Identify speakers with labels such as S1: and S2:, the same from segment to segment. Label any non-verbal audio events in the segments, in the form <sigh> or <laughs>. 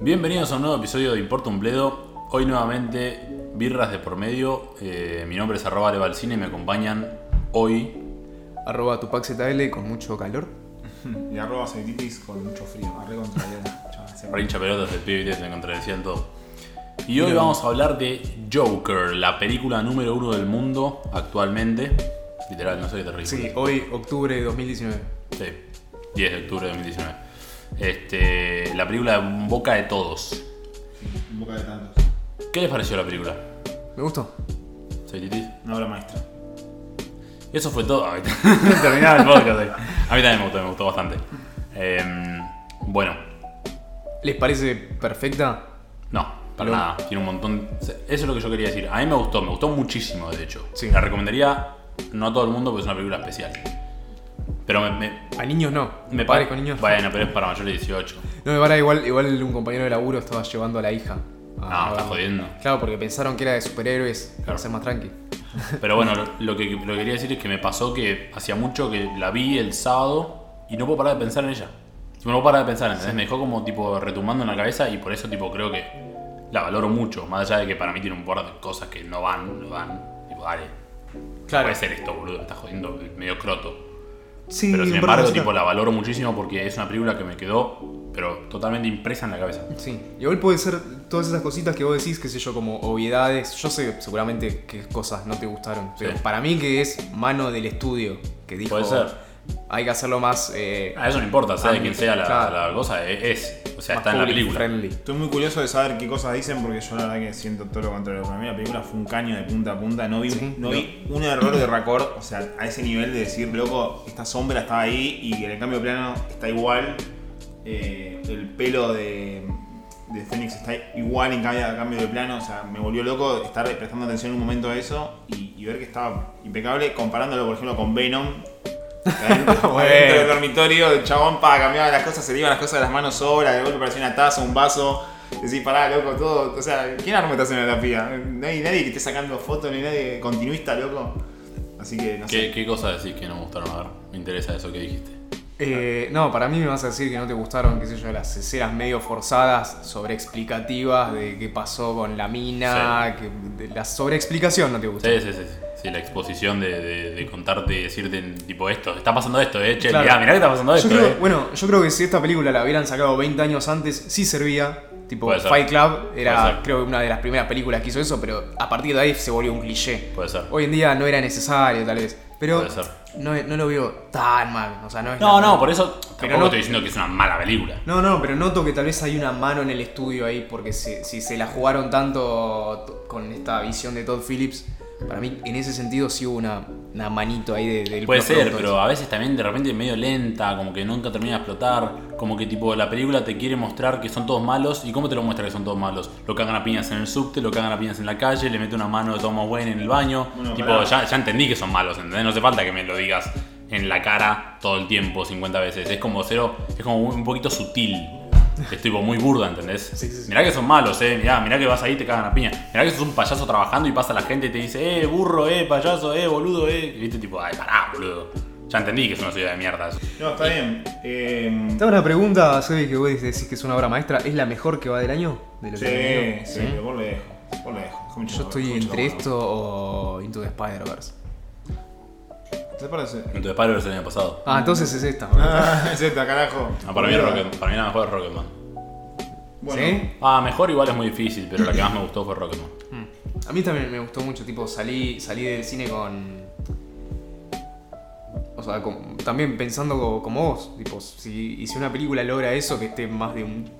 S1: Bienvenidos a un nuevo episodio de Importa un Bledo. Hoy nuevamente birras de por medio. Eh, mi nombre es arroba Levalcine y me acompañan hoy.
S2: Arroba Tupac ZL con mucho calor.
S3: Y arroba aceititis con mucho frío. Arre contra bien. Ya, se-
S1: Rincha pelotas del pibe, viste, se contradecían todo. Y hoy vamos a hablar de Joker, la película número uno del mundo actualmente. Literal, no sé qué te ríes.
S2: Sí, hoy octubre de 2019.
S1: Sí, 10 de octubre de 2019. Este, la película en boca de todos.
S3: En boca de tantos.
S1: ¿Qué les pareció la película?
S2: ¿Me gustó?
S1: ¿Sí, Titi?
S3: Una obra maestra.
S1: Eso fue todo. <laughs> Ay, Terminaba el podcast. ahí. A mí también me gustó, me gustó bastante. Em, bueno,
S2: ¿Les parece perfecta?
S1: no, para
S2: No.
S1: nada. Tiene un montón. Eso es lo que yo quería decir. A mí me gustó, me gustó muchísimo, de hecho.
S2: Sí.
S1: La recomendaría no a todo el mundo porque es una película especial. Pero me. me
S2: A niños no.
S1: me
S2: Padres
S1: pare-
S2: con niños. no.
S1: Bueno, pero es para mayores de 18.
S2: No, me para igual, igual un compañero de laburo estaba llevando a la hija.
S1: No,
S2: a-
S1: estás jodiendo.
S2: Claro, porque pensaron que era de superhéroes para ser más tranqui.
S1: Pero bueno, lo- lo que, lo que quería decir es que me pasó que hacía mucho que la vi el sábado y no puedo parar de pensar en ella. Tipo, no puedo parar de pensar, ¿entendés? Me dejó como tipo retumbando en la cabeza y por eso tipo creo que la valoro mucho. Más allá de que para mí tiene un par de cosas que no van, no van. Tipo, dale, puede ser esto, boludo, me estás jodiendo, medio croto.
S2: Sí,
S1: Pero sin embargo, tipo, la valoro muchísimo porque es una película que me quedó, pero totalmente impresa en la cabeza.
S2: Sí, igual puede ser todas esas cositas que vos decís, qué sé yo, como obviedades. Yo sé seguramente qué cosas no te gustaron, pero
S1: Sí.
S2: para mí que es mano del estudio que dijo.
S1: Puede ser.
S2: Hay que hacerlo más. eh,
S1: A eso no importa, sea de
S2: Ah,
S1: quién sea la,
S2: claro.
S1: la cosa, eh, es. O sea,
S2: más
S1: está en la
S2: public
S1: película.
S2: Friendly.
S3: Estoy muy curioso de saber qué cosas dicen porque yo la verdad que siento todo lo contrario. Para mí la película fue un caño de punta a punta. No vi,
S2: Sí,
S3: no
S2: no.
S3: vi un error de raccord, o sea, a ese nivel de decir, loco, esta sombra estaba ahí y en el cambio de plano está igual. eh, el pelo de, de Fénix está igual en cambio, a cambio de plano. O sea, me volvió loco estar prestando atención en un momento a eso y, y ver que estaba impecable comparándolo, por ejemplo, con Venom.
S1: <laughs>
S3: Adentro,
S2: Bueno.
S3: adentro del dormitorio, el chabón para cambiar las cosas, se le iban las cosas de las manos sobra, de golpe parecía una taza, un vaso. Decís, pará, loco, todo. O sea, ¿quién arma esta escenografía? No hay nadie que esté sacando fotos, no hay nadie continuista, loco. Así que no
S1: ¿Qué,
S3: sé.
S1: ¿Qué cosas decís que no me gustaron? A ver, me interesa eso que dijiste.
S2: Eh, no, para mí me vas a decir que no te gustaron, qué sé yo, las escenas medio forzadas, sobreexplicativas de qué pasó con la mina, que- de la sobreexplicación no te gusta.
S1: Sí, sí, sí. sí. Sí, la exposición de, de- de contarte y decirte, tipo, esto, está pasando esto, eh, che,
S2: Claro.
S1: mirá, mirá que está pasando esto,
S2: Yo creo-
S1: eh.
S2: Bueno, yo creo que si esta película la hubieran sacado 20 años antes, sí servía. Tipo,
S1: Puede ser.
S2: Fight Club
S1: Puede
S2: era,
S1: ser.
S2: creo, una de las primeras películas que hizo eso, pero a partir de ahí se volvió un cliché.
S1: Puede ser.
S2: Hoy en día no era necesario, tal vez. Pero
S1: Puede ser.
S2: No, no lo veo tan mal. O sea, no es
S1: No,
S2: tan-
S1: no, por eso tampoco
S2: no-
S1: estoy diciendo que es una mala película.
S2: No, no, pero noto que tal vez hay una mano en el estudio ahí, porque si, si se la jugaron tanto t- con esta visión de Todd Phillips, para mí en ese sentido sí hubo una, una manito ahí de- del
S1: Puede
S2: los
S1: ser,
S2: productores.
S1: pero a veces también de repente medio lenta, como que nunca termina de explotar, como que tipo la película te quiere mostrar que son todos malos y cómo te lo muestra que son todos malos. Lo cagan a piñas en el subte, lo cagan a piñas en la calle, le mete una mano de Thomas Wayne en el baño.
S3: Bueno,
S1: tipo,
S3: pará.
S1: ya, ya entendí que son malos, ¿entendés? No hace falta que me lo digas en la cara todo el tiempo 50 veces. Es como cero, es como un poquito sutil. Es tipo muy burda, ¿entendés?
S2: Sí, sí, sí.
S1: Mirá que son malos, eh. Mirá, mirá que vas ahí y te cagan a piña. Mirá que sos un payaso trabajando y pasa la gente y te dice, eh, burro, eh, payaso, eh, boludo, eh. Y viste, tipo, ay, pará, boludo. Ya entendí que es una ciudad de mierda.
S3: No, está bien. Eh,
S2: Te hago una pregunta, Sebi, que vos decís que es una obra maestra. ¿Es la mejor que va del año? De lo
S3: Eh, sí,
S2: que ha
S3: sí,
S2: tenido?
S3: pero vos le dejo. Vos le dejo. Come
S2: Yo
S3: chorro,
S2: estoy
S3: come
S2: entre
S3: chorro.
S2: esto o Into the Spider-Verse.
S3: ¿Te
S2: <laughs>
S3: parece?
S1: Entonces, Spider-Verse el año pasado.
S2: Ah, entonces es esta.
S3: Ah, es esta, carajo.
S1: Ah, para, mí Rocket, para mí la mejor es Rocketman.
S3: Bueno,
S2: ¿Sí?
S1: Ah, mejor igual es muy difícil, pero la que más me gustó fue Rocketman.
S2: Mm. A mí también me gustó mucho, tipo, salí, salí del cine con. O sea, con- también pensando co- como vos, tipo, si, y si una película logra eso, que esté más de un,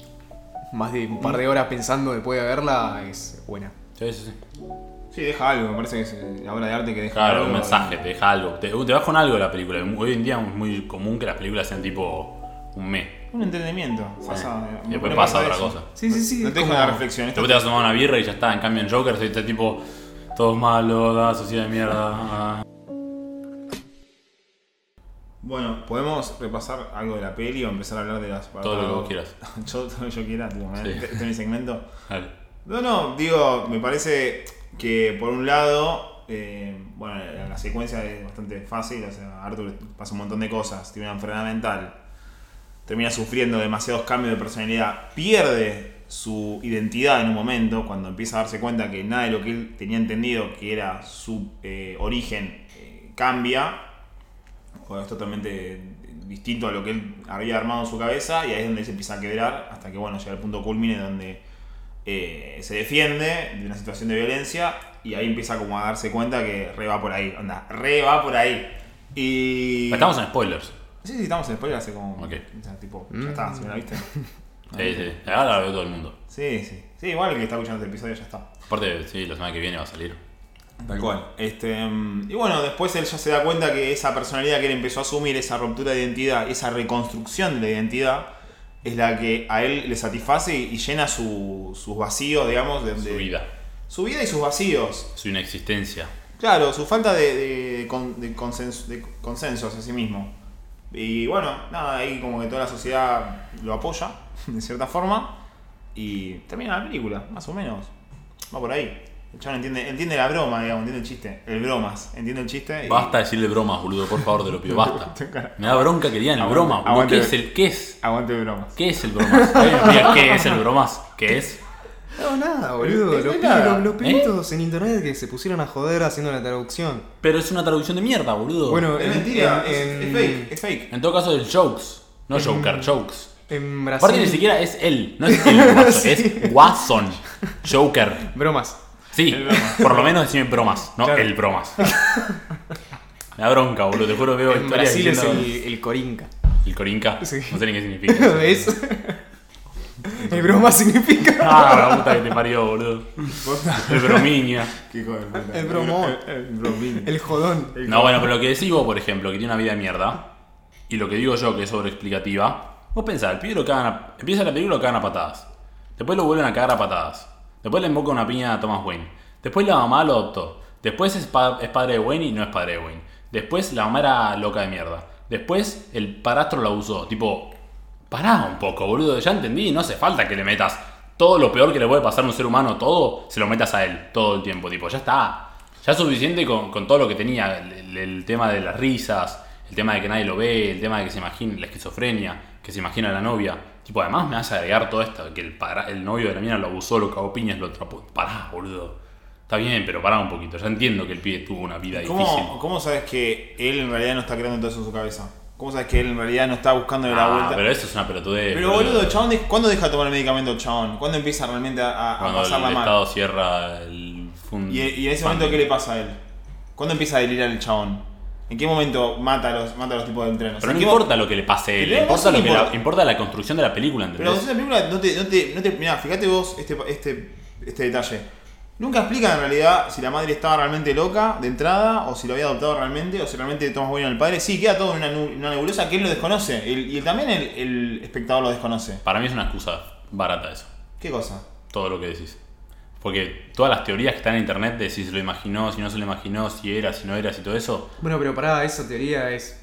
S2: más de un par de horas pensando después de verla, es buena.
S1: Sí, sí, sí.
S3: Sí, deja algo, me parece que es la obra de arte que deja
S1: Claro,
S3: algo.
S1: un mensaje, te deja algo. Te, te vas con algo de la película. Hoy en día es muy común que las películas sean tipo un mes.
S3: Un entendimiento. Pasa,
S1: Y después
S3: no
S1: pasa
S3: eso.
S1: otra cosa.
S2: Sí, sí, sí.
S3: No te deja
S2: como-
S3: la reflexión. Esto
S1: Después te vas a tomar una birra y ya está. En cambio, en Joker soy este tipo. Todos malos, da, sociedad de mierda. ah.
S3: Bueno, podemos repasar algo de la peli o empezar a hablar de las
S1: Todo lo que vos quieras.
S3: <laughs> Yo todo lo que yo quiera, tipo, ¿eh?
S1: Sí.
S3: Este- este es mi segmento.
S1: Dale.
S3: No, no, digo, me parece que por un lado, eh, bueno, la, la secuencia es bastante fácil, o sea, Arthur pasa un montón de cosas, tiene una enfermedad mental, termina sufriendo demasiados cambios de personalidad, pierde su identidad en un momento, cuando empieza a darse cuenta que nada de lo que él tenía entendido que era su eh, origen eh, cambia, o es totalmente distinto a lo que él había armado en su cabeza, y ahí es donde él se empieza a quebrar, hasta que bueno, llega el punto culmine donde eh, se defiende de una situación de violencia, y ahí empieza como a darse cuenta que re va por ahí, onda, re va por ahí. Y...
S1: Estamos en spoilers.
S3: Sí, sí, estamos en spoiler hace como...
S1: Ok.
S3: o sea, tipo, ya está, si me la viste. Ah,
S1: Sí, sí. Ahora la veo todo el mundo.
S3: Sí, sí. Sí, igual el que está escuchando este episodio ya está.
S1: Aparte, sí, la semana que viene va a salir.
S3: Tal cual. Este, mm, y bueno, después él ya se da cuenta que esa personalidad que él empezó a asumir, esa ruptura de identidad, esa reconstrucción de la identidad, es la que a él le satisface y, y llena su- sus vacíos, digamos, de,
S1: Su
S3: de-
S1: vida,
S3: Su vida y sus vacíos.
S1: su inexistencia.
S3: Claro, su falta de, de, con- de consenso, de consenso hacia sí mismo. Y bueno, nada, ahí como que toda la sociedad lo apoya, <laughs> de cierta forma. Y termina la película, más o menos. Va por ahí. El chabón entiende, entiende la broma, digamos, entiende el chiste. El bromas, entiende el chiste. y-
S1: Basta decirle bromas, boludo, por favor, te lo pido,
S3: <laughs>
S1: basta. Me da bronca que digan el
S3: Aguante,
S1: broma, boludo. ¿Qué
S3: aguante.
S1: es el, qué es?
S3: Aguante bromas.
S1: ¿Qué es el bromas? Hoy en día, ¿Qué es el bromas? ¿Qué es?
S2: No, nada, boludo.
S3: Eh,
S2: Los,
S3: no nada.
S2: pi- los- los pibitos en internet que se pusieron a joder haciendo la traducción.
S1: Pero es una traducción de mierda, boludo.
S2: Bueno,
S3: Es
S2: en-
S3: mentira,
S2: en-
S3: es, es
S2: en-
S3: fake, es fake.
S1: En todo caso, es jokes. No Joker, jokes.
S2: En Brasil.
S1: Aparte, ni siquiera es él. No es el
S2: <laughs>
S1: guaso,
S2: Sí.
S1: es Watson. Joker.
S2: Bromas.
S1: Sí, por lo menos decime bromas, no
S2: Claro.
S1: el bromas. Me da bronca, boludo. Te juro, veo
S2: En
S1: historias
S2: Brasil es
S1: diciendo-
S2: el, el corinca.
S1: El corinca.
S2: Sí.
S1: No sé ni qué significa.
S2: <laughs>
S1: <laughs>
S2: ¿Ves? El broma significa.
S1: Ah, la puta que te parió, boludo. El bromiña.
S3: Qué hijo de puta.
S2: El bromón.
S3: El, el bromín.
S2: El jodón.
S1: No, bueno, pero lo que decís vos, por ejemplo, que tiene una vida de mierda, y lo que digo yo, que es sobreexplicativa, vos pensás, el pibe lo cagan a- Empieza la película lo cagan a patadas. Después lo vuelven a cagar a patadas. Después le emboca una piña a Thomas Wayne. Después la mamá lo adoptó. Después es, pa- es padre de Wayne y no es padre de Wayne. Después la mamá era loca de mierda. Después el parastro la usó. Tipo, pará un poco, boludo. Ya entendí, no hace falta que le metas todo lo peor que le puede pasar a un ser humano, todo, se lo metas a él todo el tiempo. Tipo, ya está. Ya es suficiente con, con todo lo que tenía. El, el- el tema de las risas, el tema de que nadie lo ve, el tema de que se imagina la esquizofrenia, que se imagina la novia. Tipo, además me hace agregar todo esto, que el, para- el novio de la mina lo abusó, lo cagó piñas, lo atrapó. Pará, boludo. Está bien, pero pará un poquito. Ya entiendo que el pibe tuvo una vida difícil.
S3: ¿Cómo, ¿Cómo sabes que él en realidad no está creando todo eso en su cabeza? ¿Cómo sabes que él en realidad no está buscando la
S1: Ah,
S3: vuelta?
S1: pero eso es una pelotudez.
S3: Pero boludo, el chabón, de- ¿cuándo deja de tomar el medicamento el chabón? ¿Cuándo empieza realmente a- a, a
S1: Cuando el
S3: pasarla mal?
S1: Estado cierra el fund-
S3: Y, e- y en ese momento, ¿qué le pasa a él? ¿Cuándo empieza a delirar el chabón? ¿En qué momento mata a los, mata a los tipos de entrenos?
S1: Pero no importa lo que le pase a él,
S3: Pero
S1: importa,
S3: no
S1: lo que la,
S3: importa.
S1: importa la construcción de la película,
S3: Pero la
S1: ¿entendés?
S3: esa película no te, no te, no te- mirá, fíjate vos este, este, este detalle. Nunca explica en realidad si la madre estaba realmente loca de entrada, o si lo había adoptado realmente, o si realmente Tomás Bueno el padre. Sí, queda todo en una, nu- en una nebulosa que él lo desconoce. El- y también el, el espectador lo desconoce.
S1: Para mí es una excusa barata eso,
S3: ¿Qué cosa?
S1: todo lo que decís. Porque todas las teorías que están en internet de si se lo imaginó, si no se lo imaginó, si era, si no era, si todo eso.
S2: Bueno, pero pará, esa teoría es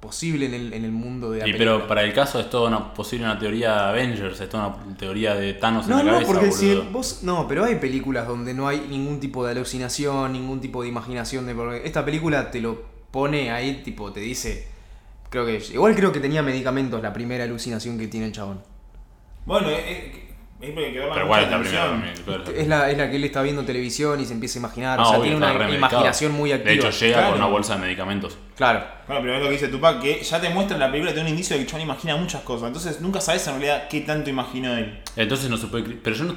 S2: posible en el, en el mundo de la
S1: Y
S2: película.
S1: pero para el caso es toda una posible una teoría de Avengers, es toda una teoría de Thanos
S2: No,
S1: en la
S2: no,
S1: cabeza,
S2: porque si
S1: boludo.
S2: vos. No, pero hay películas donde no hay ningún tipo de alucinación, ningún tipo de imaginación. De, porque esta película te lo pone ahí, tipo, te dice. Creo que. Igual creo que tenía medicamentos la primera alucinación que tiene el chabón.
S3: Bueno, eh, es, es, es porque quedó la
S1: Pero
S3: mucha
S1: igual es la primera
S3: atención.
S1: también. claro.
S2: Es la, es la que él está viendo televisión y se empieza a imaginar.
S1: Ah,
S2: o sea,
S1: obvio,
S2: tiene
S1: está
S2: una
S1: remedicado.
S2: imaginación muy activa.
S1: De hecho, llega
S3: Claro.
S1: con una bolsa de medicamentos.
S2: Claro.
S3: Bueno, primero lo que dice Tupac, que ya te muestra en la película, te da un indicio de que John imagina muchas cosas. Entonces nunca sabes en realidad qué tanto imaginó él.
S1: Entonces no se puede. cri- Pero yo no,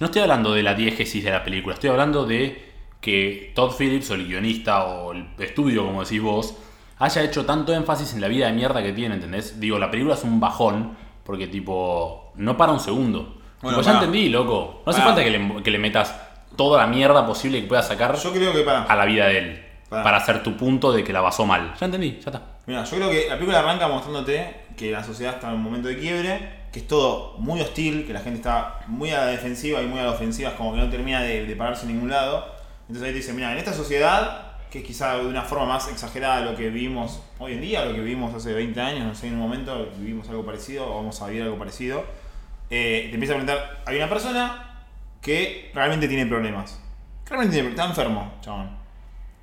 S1: no estoy hablando de la diégesis de la película, estoy hablando de que Todd Phillips o el guionista o el estudio, como decís vos, haya hecho tanto énfasis en la vida de mierda que tiene, ¿entendés? Digo, la película es un bajón porque, tipo, no para un segundo.
S3: Bueno,
S1: Tipo, ya
S3: pará.
S1: entendí, loco. No hace
S3: Pará.
S1: falta que le, que le metas toda la mierda posible que puedas sacar
S3: Yo creo que para.
S1: a la vida de él.
S3: Pará.
S1: Para hacer tu punto de que la basó mal. Ya entendí, ya está.
S3: Mira, yo creo que la película arranca mostrándote que la sociedad está en un momento de quiebre, que es todo muy hostil, que la gente está muy a la defensiva y muy a la ofensiva, es como que no termina de, de pararse en ningún lado. Entonces ahí te dice, mira, en esta sociedad, que es quizá de una forma más exagerada de lo que vivimos hoy en día, lo que vivimos hace 20 años, no sé, en un momento vivimos algo parecido o vamos a vivir algo parecido, eh, te empieza a preguntar, hay una persona que realmente tiene problemas. Realmente tiene- está enfermo, chabón.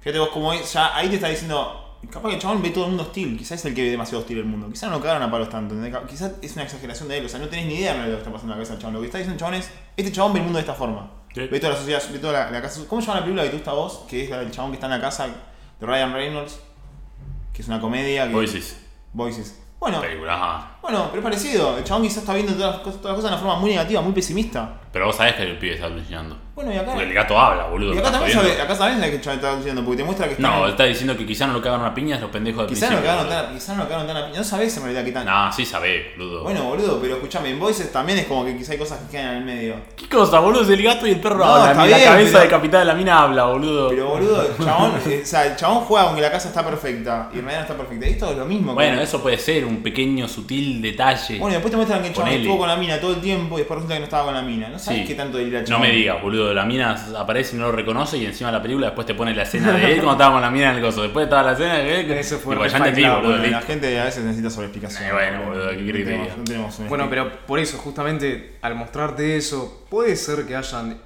S3: Fíjate vos cómo es, ya ahí te está diciendo, Capaz que el chabón ve todo el mundo hostil. Quizás es el que ve demasiado hostil el mundo. Quizás no lo cagaron a palos tanto. ¿entendés? Quizás es una exageración de él. O sea, no tenés ni idea de lo que está pasando en la cabeza del chabón. Lo que está diciendo el chabón es: Este chabón ve el mundo de esta forma.
S1: Sí.
S3: Ve toda la sociedad, ve toda la, la casa. ¿Cómo se llama la película que tú estás vos? Que es la del chabón que está en la casa de Ryan Reynolds. Que es una comedia. Que...
S1: Voices.
S3: Voices. Bueno,
S1: Película. ah.
S3: bueno, pero es parecido. El chabón quizás está viendo todas las cosas, todas las cosas de una forma muy negativa, muy pesimista.
S1: Pero vos sabés que el pibe está alucinando.
S3: Bueno, y acá.
S1: Porque el gato habla, boludo.
S3: Y acá
S1: ¿estás
S3: también
S1: jodiendo?
S3: sabes, acá sabes la que el chabón está diciendo, porque te muestra que está.
S1: No, él está diciendo que quizá no lo cagaron a piñas los pendejos de
S3: Quizás no lo cagaron tan, quizás no lo cagaron tan a piña. No sabés en realidad qué tan.
S1: No, sí sabés, boludo.
S3: Bueno, boludo, pero escúchame, en voices también es como que quizá hay cosas que quedan en el medio.
S1: ¿Qué cosa, boludo? Es el gato y el perro
S3: No,
S1: hablan.
S3: está
S1: Y la
S3: bien,
S1: cabeza
S3: pero-
S1: decapitada de la mina habla, boludo.
S3: Pero boludo,
S1: <laughs>
S3: el chabón, eh, o sea, el chabón juega aunque la casa está perfecta y en realidad no está perfecta. Y esto es lo mismo.
S1: Bueno,
S3: como-
S1: eso puede ser un pequeño sutil detalle.
S3: Bueno, y después te muestran que el chabón
S1: Ponele.
S3: estuvo con la mina todo el tiempo y después resulta que no estaba con la mina. No sabes
S1: Sí.
S3: qué tanto delira el
S1: no
S3: chabón.
S1: me digas, boludo. La mina aparece y no lo reconoce y encima de la película después te pone la escena de él cuando estaba con la mina en el coso. Después estaba la escena de él.
S2: Eso fue
S1: Tipo,
S2: re
S1: ya entendí,
S2: Fight Club,
S1: boludo.
S3: Bueno, la
S1: listo.
S3: gente a veces necesita sobreexplicación.
S1: Eh, bueno, boludo, ¿qué querés que te
S3: no,
S1: diga?
S3: tenemos, no tenemos una
S2: Bueno,
S3: explicación.
S2: pero por eso, justamente, al mostrarte eso, puede ser que hayan.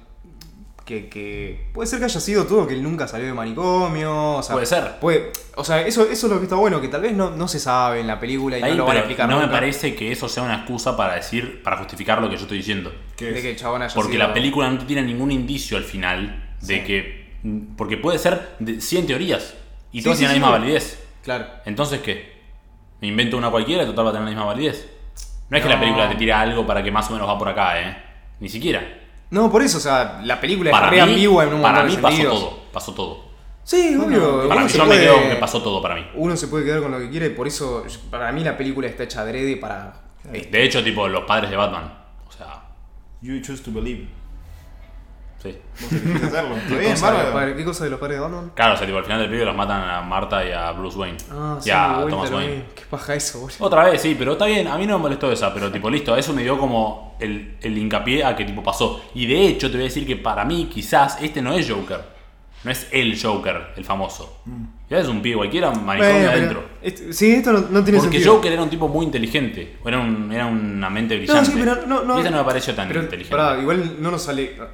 S2: Que, que- Puede ser que haya sido todo que él nunca salió de manicomio. O sea,
S1: Puede ser.
S2: puede- o sea, eso, eso es lo que está bueno, que tal vez no, no se sabe en la película y
S1: Ahí,
S2: no lo van a
S1: pero
S2: explicar
S1: no me
S2: nunca,
S1: parece que eso sea una excusa para decir, para justificar lo que yo estoy diciendo.
S3: ¿Qué
S2: De
S3: es?
S2: que el chabón haya
S1: Porque
S2: sido-
S1: la película no te tiene ningún indicio al final de
S2: Sí.
S1: que. Porque puede ser de 100 teorías y
S2: Sí,
S1: todas
S2: sí,
S1: tienen la misma
S2: sí.
S1: validez.
S2: Claro.
S1: Entonces, ¿qué? ¿Me invento una cualquiera y total va a tener la misma validez? No es que
S2: No.
S1: la película te tira algo para que más o menos va por acá, ¿eh? Ni siquiera.
S2: No, por eso, o sea, la película
S1: Para
S2: es re
S1: mí,
S2: ambigua en un
S1: para
S2: montón de
S1: mí pasó
S2: sentidos.
S1: todo. Pasó todo.
S2: Sí, obvio.
S1: Para
S2: uno
S1: mí
S2: se
S1: yo me
S2: puede-
S1: quedo con que pasó todo para mí.
S2: Uno se puede quedar con lo que quiere, por eso, para mí la película está hecha adrede para. este
S1: De hecho, tipo, los padres de Batman. O sea,
S3: You choose to believe.
S1: sí.
S3: Vos tenés
S2: <laughs>
S3: que hacerlo. Está
S2: ¿Qué
S3: bien,
S2: cosa de los
S3: bárbaro.
S2: padres- ¿Qué cosa de los padres de Batman?
S1: Claro, o sea, tipo, al final del video los matan a Marta y a Bruce Wayne.
S2: Ah,
S1: y
S2: sí,
S1: a
S2: de vuelta
S1: Thomas
S2: lo
S1: Wayne.
S2: vi. Qué paja eso, boludo.
S1: Otra vez, sí, pero está bien, a mí no me molestó esa, pero tipo, listo, eso me dio como el, el hincapié a que tipo pasó. Y de hecho, te voy a decir que para mí, quizás, este no es Joker. No es el Joker, el famoso. Ya es un pibe cualquiera, manicomio
S2: Mm. Bueno, pero-
S1: adentro.
S2: este- sí, esto no, no tiene
S1: Porque
S2: sentido.
S1: Joker era un tipo muy inteligente, era, un- era una mente brillante.
S2: sí, pero no- no-
S1: Esta no me pareció tan
S2: Pero,
S1: inteligente. <laughs>
S2: pará, igual no nos sale. ah,